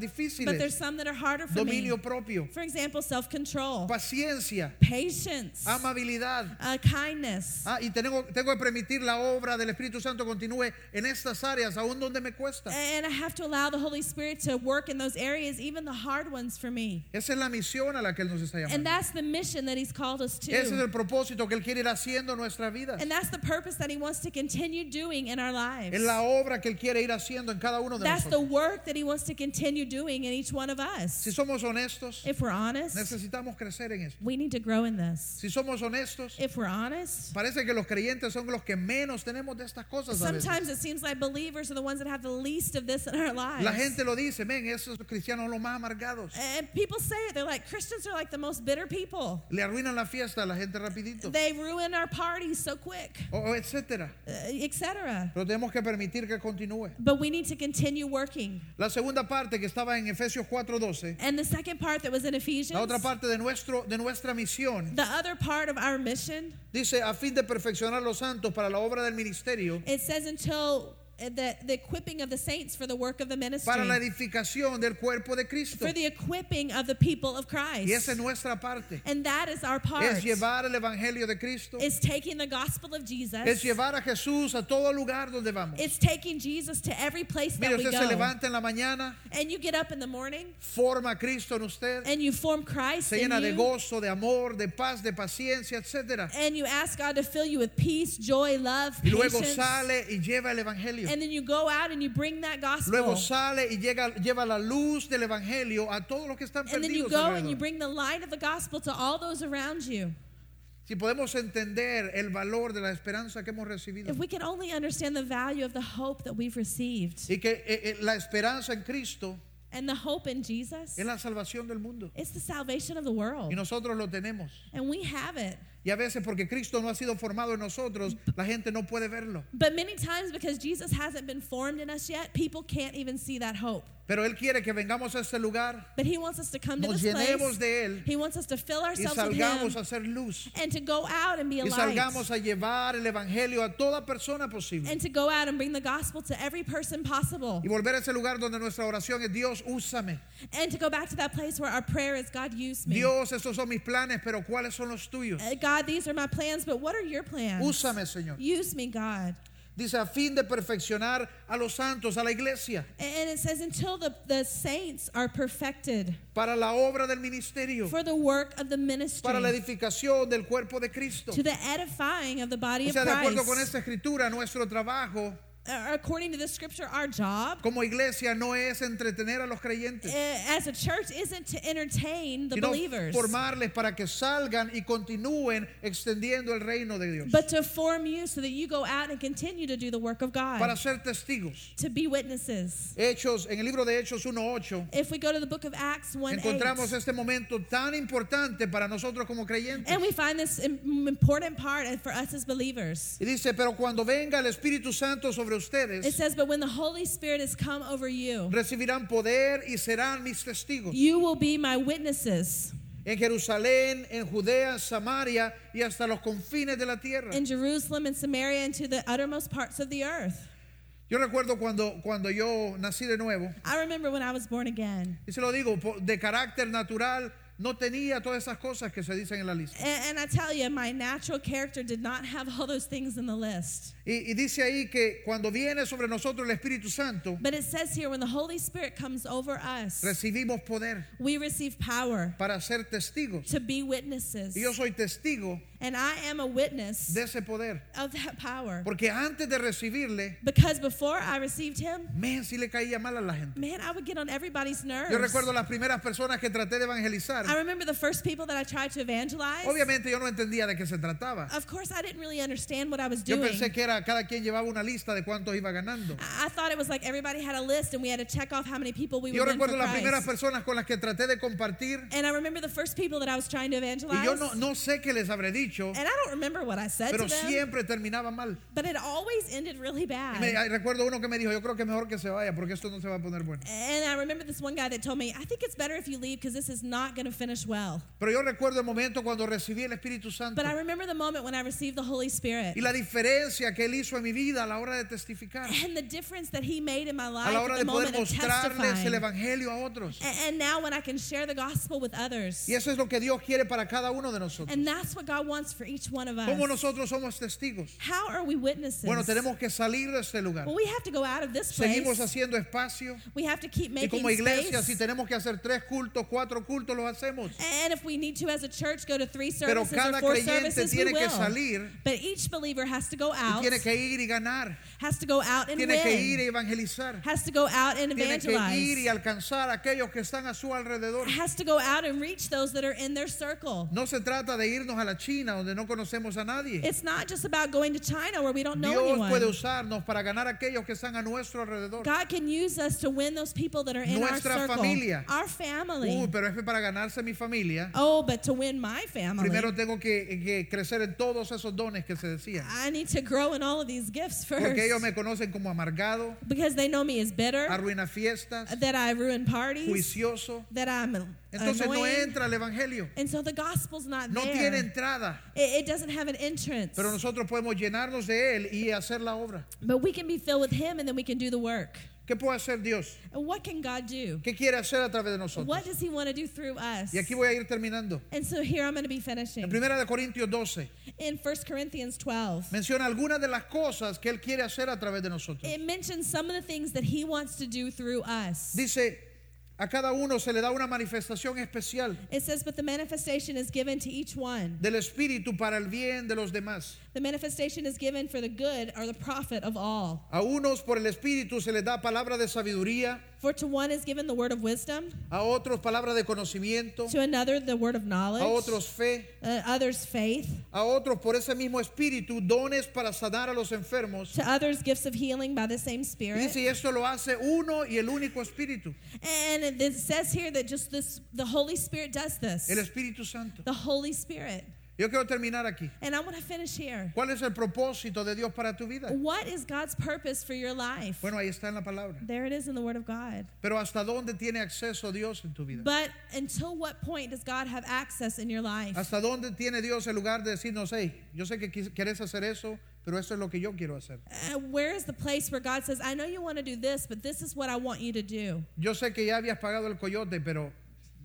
Speaker 2: there's
Speaker 1: difíciles.
Speaker 2: some that are harder for me.
Speaker 1: Dominio propio,
Speaker 2: For example, self control,
Speaker 1: paciencia,
Speaker 2: patience,
Speaker 1: amabilidad.
Speaker 2: uh, kindness.
Speaker 1: Ah, y tengo, tengo que permitir la obra del Espíritu Santo continúe en estas áreas, aún donde me cuesta.
Speaker 2: And I have to allow the Holy Spirit to work in those areas, even the hard ones for me.
Speaker 1: Esa es la misión a la que Él nos está llamando.
Speaker 2: And that's the mission that He's called us to.
Speaker 1: Ese es el propósito que Él quiere ir haciendo en nuestras vidas.
Speaker 2: And that's the purpose that He wants to continue doing in our lives.
Speaker 1: Es la obra que Él quiere ir haciendo en cada uno de
Speaker 2: That's the
Speaker 1: nosotros.
Speaker 2: work that He wants to continue doing in each one of us.
Speaker 1: Si somos honestos,
Speaker 2: If we're honest,
Speaker 1: necesitamos crecer en eso.
Speaker 2: we need to grow in this.
Speaker 1: Si somos honestos,
Speaker 2: If we're honest,
Speaker 1: parece que los creyentes son los que menos tenemos de estas cosas. a veces.
Speaker 2: sometimes it seems like believers are the ones that have the least of this in our lives.
Speaker 1: La gente lo dice, men, esos cristianos son los más amargados.
Speaker 2: And people say it. They're like, Christians are like the most bitter people.
Speaker 1: Le arruinan la fiesta a la gente rapidito,
Speaker 2: They ruin our parties so quick,
Speaker 1: o- o etcétera.
Speaker 2: uh, etc.
Speaker 1: Pero tenemos que permitir que continúe.
Speaker 2: But we need to continue working.
Speaker 1: La segunda parte que estaba en Efesios 4:12,
Speaker 2: And the second part that was in Ephesians,
Speaker 1: la otra parte de nuestro de nuestra misión,
Speaker 2: the other part of our mission,
Speaker 1: dice a fin de perfeccionar los santos para la obra del ministerio,
Speaker 2: it says until uh, the, the equipping of the saints for the work of the ministry,
Speaker 1: para la edificación del cuerpo de Cristo.
Speaker 2: for the equipping of the people of Christ.
Speaker 1: Y esa es nuestra parte.
Speaker 2: and that is our part.
Speaker 1: Es llevar el evangelio de Cristo,
Speaker 2: It's taking the gospel of Jesus.
Speaker 1: es llevar a Jesús a todo lugar donde vamos.
Speaker 2: it's taking Jesus to every place
Speaker 1: Mire,
Speaker 2: that we
Speaker 1: usted se
Speaker 2: go.
Speaker 1: levanta en la mañana,
Speaker 2: and you get up in the morning
Speaker 1: forma a Cristo en usted,
Speaker 2: and you form Christ
Speaker 1: se
Speaker 2: in
Speaker 1: llena de
Speaker 2: you,
Speaker 1: gozo, de amor, de paz, de paciencia, etcétera.
Speaker 2: and you ask God to fill you with peace, joy, love,
Speaker 1: Y luego
Speaker 2: patience.
Speaker 1: sale y lleva el evangelio.
Speaker 2: and then you go out and you bring that gospel.
Speaker 1: Luego sale y llega, lleva la luz del evangelio a todos los que están
Speaker 2: and then you
Speaker 1: perdidos.
Speaker 2: go and
Speaker 1: alrededor.
Speaker 2: you bring the light of the gospel to all those around you.
Speaker 1: si podemos entender el valor de la esperanza que hemos recibido
Speaker 2: If we can only understand the value of the hope that we've received
Speaker 1: y que eh, eh, la esperanza en Cristo
Speaker 2: and the hope in Jesus,
Speaker 1: es la salvación del mundo
Speaker 2: it's the salvation of the world.
Speaker 1: y nosotros lo tenemos.
Speaker 2: And we have it.
Speaker 1: Y a veces porque Cristo no ha sido formado en nosotros, la gente no puede verlo.
Speaker 2: But many times, because Jesus hasn't been formed in us yet, people can't even see that hope.
Speaker 1: Pero él quiere que vengamos a este lugar,
Speaker 2: But He wants us to come to
Speaker 1: nos
Speaker 2: this
Speaker 1: llenemos
Speaker 2: place.
Speaker 1: de él
Speaker 2: He wants us to fill
Speaker 1: y
Speaker 2: ourselves with
Speaker 1: salgamos
Speaker 2: Him
Speaker 1: a hacer luz
Speaker 2: and to go out and be a
Speaker 1: y
Speaker 2: light.
Speaker 1: salgamos a llevar el evangelio a toda persona posible.
Speaker 2: and to go out and bring the gospel to every person possible
Speaker 1: Y volver a ese lugar donde nuestra oración es Dios, úsame.
Speaker 2: and to go back to that place where our prayer is god use me
Speaker 1: Dios, estos son mis planes, pero ¿cuáles son los tuyos?
Speaker 2: Uh, god these are my plans but what are your plans
Speaker 1: Úsame, Señor.
Speaker 2: use me god
Speaker 1: Dice, a fin de perfeccionar a los santos, a la iglesia,
Speaker 2: and it says until the, the saints are perfected
Speaker 1: para la obra del ministerio,
Speaker 2: for the work of the ministry
Speaker 1: para la edificación del cuerpo de Cristo.
Speaker 2: to the edifying of the body
Speaker 1: O
Speaker 2: of
Speaker 1: sea, de acuerdo con
Speaker 2: christ
Speaker 1: esta escritura, nuestro trabajo
Speaker 2: Uh, according to the scripture our job
Speaker 1: como iglesia no es entretener a los
Speaker 2: uh,
Speaker 1: creyentes,
Speaker 2: as a church isn't to entertain the
Speaker 1: sino
Speaker 2: believers
Speaker 1: formarles para que salgan y continúen extendiendo el reino de Dios,
Speaker 2: but to form you so that you go out and continue to do the work of god
Speaker 1: para ser testigos.
Speaker 2: to be witnesses
Speaker 1: Hechos, en el libro de Hechos 1.8.
Speaker 2: If we go to the book of Acts 1
Speaker 1: Encontramos este momento tan importante para nosotros como creyentes.
Speaker 2: and we find this im- important part for us as believers.
Speaker 1: Y dice, pero cuando venga el Espíritu Santo sobre
Speaker 2: It
Speaker 1: ustedes,
Speaker 2: says, But when the Holy Spirit has come over you,
Speaker 1: recibirán poder y serán mis testigos.
Speaker 2: you will be my witnesses
Speaker 1: En Jerusalén, en Judea, Samaria y hasta los confines de la tierra.
Speaker 2: in Jerusalem and Samaria and to the uttermost parts of the earth.
Speaker 1: Yo recuerdo cuando, cuando yo nací de nuevo,
Speaker 2: I remember when I was born again.
Speaker 1: y se lo digo, po- de carácter natural, no tenía todas esas cosas que se dicen en la lista.
Speaker 2: A- And, I tell you, my natural character did not have all those things in the list.
Speaker 1: Y, y dice ahí que cuando viene sobre nosotros el Espíritu Santo,
Speaker 2: But it says here, when the Holy Spirit comes over us,
Speaker 1: recibimos poder
Speaker 2: we receive power
Speaker 1: para ser testigos.
Speaker 2: to be witnesses.
Speaker 1: Y yo soy testigo
Speaker 2: And I am a witness
Speaker 1: de ese poder.
Speaker 2: of that power.
Speaker 1: Porque antes de recibirle,
Speaker 2: Because before I received him,
Speaker 1: men, si le caía mal a la gente.
Speaker 2: man, I would get on everybody's nerves.
Speaker 1: Yo recuerdo las primeras personas que traté de evangelizar.
Speaker 2: I remember the first people that I tried to evangelize.
Speaker 1: Obviamente yo no entendía de qué se trataba.
Speaker 2: Of course, I didn't really understand what I was
Speaker 1: Yo
Speaker 2: doing.
Speaker 1: pensé que era cada quien llevaba una lista de cuántos iba ganando.
Speaker 2: I I thought it was like everybody had a list and we had to check off how many people we
Speaker 1: Yo
Speaker 2: would win for
Speaker 1: recuerdo las primeras
Speaker 2: Christ.
Speaker 1: personas con las que traté de compartir
Speaker 2: And I remember the first people that I was trying to evangelize.
Speaker 1: y yo no, no sé qué les habré dicho,
Speaker 2: And I don't remember what I said
Speaker 1: pero
Speaker 2: to them.
Speaker 1: siempre terminaba mal.
Speaker 2: But it always ended really
Speaker 1: Y
Speaker 2: bad.
Speaker 1: me- ay, recuerdo uno que me dijo, yo creo que es mejor que se vaya porque esto no se va a poner bueno.
Speaker 2: and I remember this one guy that told me, I think it's better if you leave because this is not going to finish well.
Speaker 1: Pero yo recuerdo el momento cuando recibí el Espíritu Santo
Speaker 2: But I remember the moment when I received the Holy Spirit.
Speaker 1: y la diferencia que que Él hizo en mi vida a la hora de testificar,
Speaker 2: and the difference that He made in my
Speaker 1: a
Speaker 2: life
Speaker 1: la
Speaker 2: at
Speaker 1: hora
Speaker 2: the
Speaker 1: de poder
Speaker 2: moment of
Speaker 1: mostrarles el
Speaker 2: testifying.
Speaker 1: Evangelio a otros.
Speaker 2: A- And now when I can share the gospel with others.
Speaker 1: Y eso es lo que Dios quiere para cada uno de nosotros.
Speaker 2: And that's what God wants for each one of us.
Speaker 1: ¿Cómo nosotros somos testigos?
Speaker 2: How are we witnesses?
Speaker 1: Bueno, tenemos que salir de este lugar.
Speaker 2: well, we have to go out of this place.
Speaker 1: Seguimos haciendo espacio.
Speaker 2: we have to keep
Speaker 1: Y
Speaker 2: making
Speaker 1: como iglesia, si
Speaker 2: space.
Speaker 1: tenemos que hacer tres cultos, cuatro cultos, los hacemos.
Speaker 2: and if we need to, as a church, go to three
Speaker 1: Pero
Speaker 2: services
Speaker 1: cada
Speaker 2: or four
Speaker 1: creyente
Speaker 2: services,
Speaker 1: tiene
Speaker 2: we
Speaker 1: que
Speaker 2: will.
Speaker 1: salir
Speaker 2: but each believer has to go
Speaker 1: y
Speaker 2: out,
Speaker 1: tiene que ir y ganar.
Speaker 2: has to go out and
Speaker 1: Tiene que
Speaker 2: win,
Speaker 1: ir y evangelizar.
Speaker 2: has to go out and
Speaker 1: Tiene que ir y
Speaker 2: evangelize,
Speaker 1: alcanzar a aquellos que están a su alrededor.
Speaker 2: has to go out and reach those that are in their circle.
Speaker 1: No se trata de irnos a la China donde no conocemos a nadie.
Speaker 2: It's not just about going to China where we don't know
Speaker 1: Dios
Speaker 2: anyone.
Speaker 1: puede usarnos para ganar a aquellos que están a nuestro alrededor.
Speaker 2: God can use us to win those people that are in
Speaker 1: Nuestra
Speaker 2: our circle,
Speaker 1: familia.
Speaker 2: our family.
Speaker 1: Uy, pero es que para ganarse mi familia,
Speaker 2: oh, but to win Oh, my family,
Speaker 1: primero tengo que, que crecer en todos esos dones que se decían.
Speaker 2: I need to grow in all of these gifts first.
Speaker 1: Porque ellos me conocen como amargado,
Speaker 2: because they know me as bitter,
Speaker 1: arruina fiestas,
Speaker 2: that I ruin parties,
Speaker 1: juicioso.
Speaker 2: that I'm an-
Speaker 1: Entonces no
Speaker 2: annoying.
Speaker 1: entra el evangelio.
Speaker 2: and so the gospel's not
Speaker 1: No
Speaker 2: there.
Speaker 1: tiene entrada.
Speaker 2: it, it doesn't have an entrance.
Speaker 1: Pero nosotros podemos llenarnos de él y hacer la obra.
Speaker 2: but we can be filled with Him, and then we can do the work.
Speaker 1: ¿Qué puede hacer Dios?
Speaker 2: And what can God do?
Speaker 1: ¿Qué quiere hacer a través de nosotros?
Speaker 2: What does He want to do through us?
Speaker 1: Y aquí voy a ir terminando.
Speaker 2: and so here I'm going to be
Speaker 1: En
Speaker 2: finishing
Speaker 1: 1 de Corintios 12
Speaker 2: in 1 Corinthians 12.
Speaker 1: menciona algunas de las cosas que él quiere hacer a través de nosotros.
Speaker 2: It mentions some of the things that he wants to do through us.
Speaker 1: Dice, a cada uno se le da una manifestación especial
Speaker 2: It says, but the manifestation is given to each one.
Speaker 1: del Espíritu para el bien de los demás.
Speaker 2: The manifestation is given for the good or the profit of all.
Speaker 1: A unos por el Espíritu se les da palabra de sabiduría,
Speaker 2: For to one is given the word of wisdom,
Speaker 1: a otros palabra de conocimiento,
Speaker 2: to another the word of knowledge,
Speaker 1: a otros fe,
Speaker 2: uh, others faith,
Speaker 1: a otros por ese mismo espíritu dones para sanar a los enfermos.
Speaker 2: to others gifts of healing by the same
Speaker 1: Y
Speaker 2: spirit.
Speaker 1: dice, y esto lo hace uno y el único espíritu,
Speaker 2: And it says here that just this, the Holy Spirit does this.
Speaker 1: el Espíritu Santo.
Speaker 2: The Holy Spirit.
Speaker 1: Yo quiero terminar aquí.
Speaker 2: And I want to finish here.
Speaker 1: ¿Cuál es el propósito de Dios para tu vida?
Speaker 2: What is God's purpose for your life?
Speaker 1: Bueno, ahí está en la palabra.
Speaker 2: There it is in the word of God.
Speaker 1: Pero ¿hasta dónde tiene acceso Dios en tu vida?
Speaker 2: But until what point does God have access in your life?
Speaker 1: ¿Hasta dónde tiene Dios el lugar de decirnos, hey, yo sé que quis- quieres hacer eso, pero eso es lo que yo quiero hacer?
Speaker 2: Uh, where is the place where God says, I know you want to do this, but this is what I want you to do?
Speaker 1: Yo sé que ya habías pagado el coyote, pero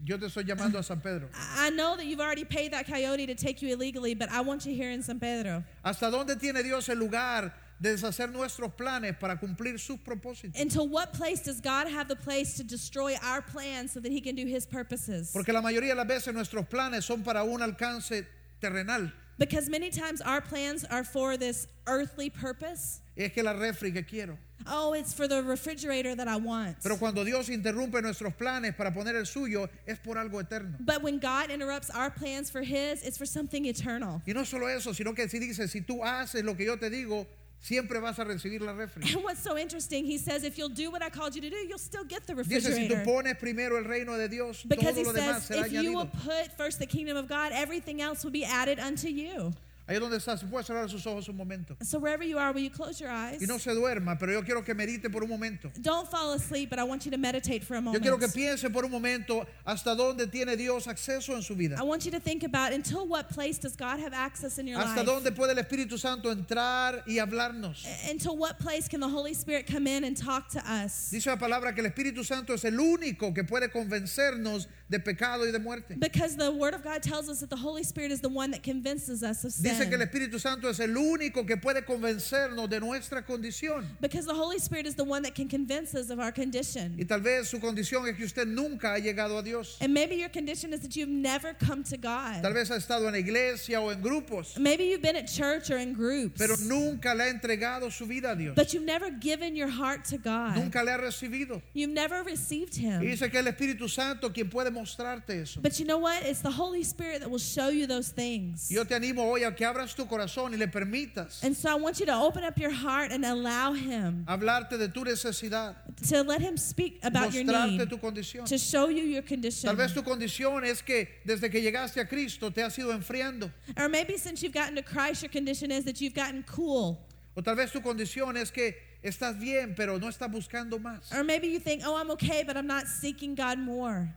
Speaker 1: yo te estoy llamando a San Pedro.
Speaker 2: I I know that you've already paid that coyote to take you illegally, but I want you here in San Pedro.
Speaker 1: ¿Hasta dónde tiene Dios el lugar de deshacer nuestros planes para cumplir sus propósitos?
Speaker 2: Until what place does God have the place to destroy our plans so that He can do His purposes?
Speaker 1: Porque la mayoría de las veces nuestros planes son para un alcance terrenal.
Speaker 2: Because many times our plans are for this earthly purpose.
Speaker 1: Es que la refri que quiero.
Speaker 2: Oh, it's for the refrigerator that I want.
Speaker 1: Pero cuando Dios interrumpe nuestros planes para poner el suyo, es por algo eterno.
Speaker 2: But when God interrupts our plans for His, it's for something eternal.
Speaker 1: Y no solo eso, sino que si dice, si tú haces lo que yo te digo, siempre vas a recibir la refri.
Speaker 2: And what's so interesting, he says, if you'll do what I called you to do, you'll still get the
Speaker 1: Dice, si tú
Speaker 2: refrigerator.
Speaker 1: pones primero el reino de Dios,
Speaker 2: Because
Speaker 1: todo
Speaker 2: he
Speaker 1: lo demás
Speaker 2: says,
Speaker 1: será
Speaker 2: if you will
Speaker 1: añadido.
Speaker 2: put first the kingdom of God, everything else will be added unto you.
Speaker 1: Ahí donde estás, puedes cerrar sus ojos un momento.
Speaker 2: So wherever you are, will you close your eyes?
Speaker 1: Y no se duerma, pero yo quiero que medite por un momento.
Speaker 2: Don't fall asleep, but I want you to meditate for a
Speaker 1: Yo
Speaker 2: moment.
Speaker 1: quiero que piense por un momento hasta dónde tiene Dios acceso en su vida.
Speaker 2: I want you to think about until what place does God have access in your
Speaker 1: ¿Hasta
Speaker 2: life?
Speaker 1: dónde puede el Espíritu Santo entrar y hablarnos?
Speaker 2: Until what place can the Holy Spirit come in and talk to us?
Speaker 1: Dice la palabra que el Espíritu Santo es el único que puede convencernos de pecado y de muerte.
Speaker 2: Because the Word of God tells us that the Holy Spirit is the one that convinces us of sin.
Speaker 1: Dice que el Espíritu Santo es el único que puede convencernos de nuestra condición.
Speaker 2: Because the Holy Spirit is the one that can convince us of our condition.
Speaker 1: Y tal vez su condición es que usted nunca ha llegado a Dios.
Speaker 2: And maybe your condition is that you've never come to
Speaker 1: Tal
Speaker 2: God.
Speaker 1: vez ha estado en la iglesia o en grupos,
Speaker 2: Maybe you've been at church or in groups,
Speaker 1: pero nunca le ha entregado su vida a Dios.
Speaker 2: but you've never given your heart to God.
Speaker 1: Nunca le ha recibido.
Speaker 2: You've never received
Speaker 1: Y
Speaker 2: Him.
Speaker 1: dice que el Espíritu Santo quien puede mostrarte eso.
Speaker 2: But you know what? It's the Holy Spirit that will show you those things.
Speaker 1: Yo te animo hoy a que abras tu corazón y le permitas
Speaker 2: And so I want you to open up your heart and allow Him
Speaker 1: hablarte de tu necesidad,
Speaker 2: to let Him speak about your
Speaker 1: mostrarte
Speaker 2: need,
Speaker 1: tu condición.
Speaker 2: to show you your condition.
Speaker 1: Tal vez tu condición es que desde que llegaste a Cristo te has ido enfriando.
Speaker 2: Or maybe since you've gotten to Christ, your condition is that you've gotten cool.
Speaker 1: O tal vez tu condición es que estás bien, pero no estás buscando más.
Speaker 2: Or maybe you think, oh, I'm okay, but I'm not seeking God more.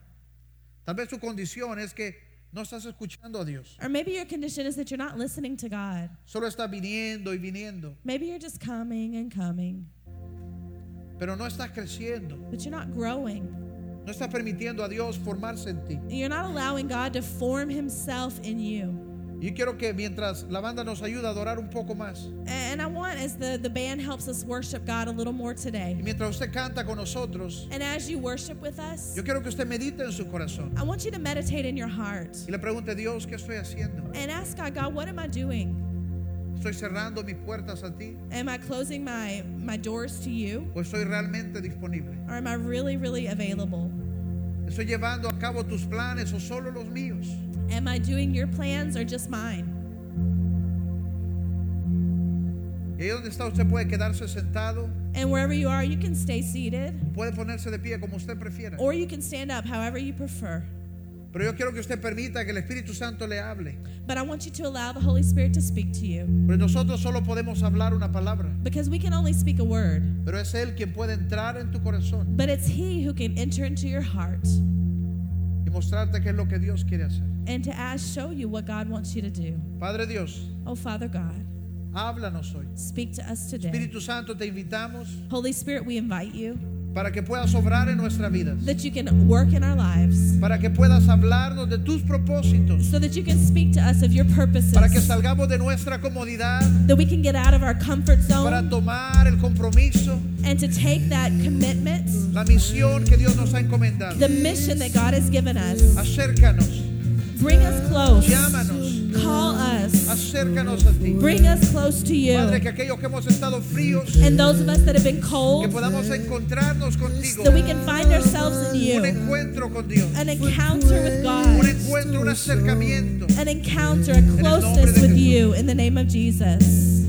Speaker 1: Tal vez tu condición es que no estás escuchando a Dios.
Speaker 2: Or maybe your condition is that you're not listening to God.
Speaker 1: Solo estás viniendo y viniendo,
Speaker 2: Maybe you're just coming and coming,
Speaker 1: pero no estás creciendo.
Speaker 2: but you're not growing.
Speaker 1: No estás permitiendo a Dios formarse en ti.
Speaker 2: You're not allowing God to form Himself in you.
Speaker 1: Y quiero que mientras la banda nos ayuda a adorar un poco más,
Speaker 2: And I want, as the, the band helps us worship God a little more
Speaker 1: y
Speaker 2: today,
Speaker 1: mientras usted canta con nosotros,
Speaker 2: and as you worship with us,
Speaker 1: yo quiero que usted medite en su corazón
Speaker 2: I want you to meditate in your heart
Speaker 1: y le pregunte, Dios, ¿qué estoy haciendo?
Speaker 2: and ask God, God, what am I doing?
Speaker 1: ¿Estoy cerrando mis puertas a ti
Speaker 2: Am I closing my, my doors to you?
Speaker 1: o estoy realmente disponible?
Speaker 2: Or am I really, really available?
Speaker 1: ¿Estoy llevando a cabo tus planes o solo los míos?
Speaker 2: Am I doing your plans or just mine?
Speaker 1: Y ahí donde está usted puede quedarse sentado,
Speaker 2: And wherever you are, you can stay seated
Speaker 1: puede ponerse de pie como usted prefiera.
Speaker 2: or you can stand up, however you prefer.
Speaker 1: Pero yo quiero que usted permita que el Espíritu Santo le hable.
Speaker 2: But I want you to allow the Holy Spirit to speak to you
Speaker 1: Porque nosotros solo podemos hablar una palabra,
Speaker 2: because we can only speak a word.
Speaker 1: pero es Él quien puede entrar en tu corazón
Speaker 2: But it's He who can enter into your heart
Speaker 1: y mostrarte qué es lo que Dios quiere hacer.
Speaker 2: and to ask, show you what God wants you to do.
Speaker 1: Padre Dios,
Speaker 2: Oh, Father God,
Speaker 1: háblanos hoy.
Speaker 2: speak to us today.
Speaker 1: Espíritu Santo, te invitamos
Speaker 2: Holy Spirit, we invite you
Speaker 1: para que puedas obrar en nuestras vidas,
Speaker 2: that you can work in our lives,
Speaker 1: para que puedas hablarnos de tus propósitos,
Speaker 2: so that you can speak to us of your purposes,
Speaker 1: para que salgamos de nuestra comodidad,
Speaker 2: that we can get out of our comfort
Speaker 1: para
Speaker 2: zone
Speaker 1: tomar el compromiso,
Speaker 2: and to take that commitment.
Speaker 1: la misión que Dios nos ha encomendado.
Speaker 2: the mission that God has given us.
Speaker 1: Acércanos,
Speaker 2: Bring us close.
Speaker 1: llámanos,
Speaker 2: Call us.
Speaker 1: acércanos a ti.
Speaker 2: Bring us close to you.
Speaker 1: Padre, que aquellos que hemos estado fríos,
Speaker 2: And those of us that have
Speaker 1: que
Speaker 2: been cold,
Speaker 1: podamos encontrarnos contigo.
Speaker 2: that we can find ourselves
Speaker 1: Un
Speaker 2: in you.
Speaker 1: encuentro con Dios.
Speaker 2: An encounter with
Speaker 1: Un
Speaker 2: God.
Speaker 1: encuentro, un acercamiento.
Speaker 2: An encounter, a closeness with you in the name of Jesus.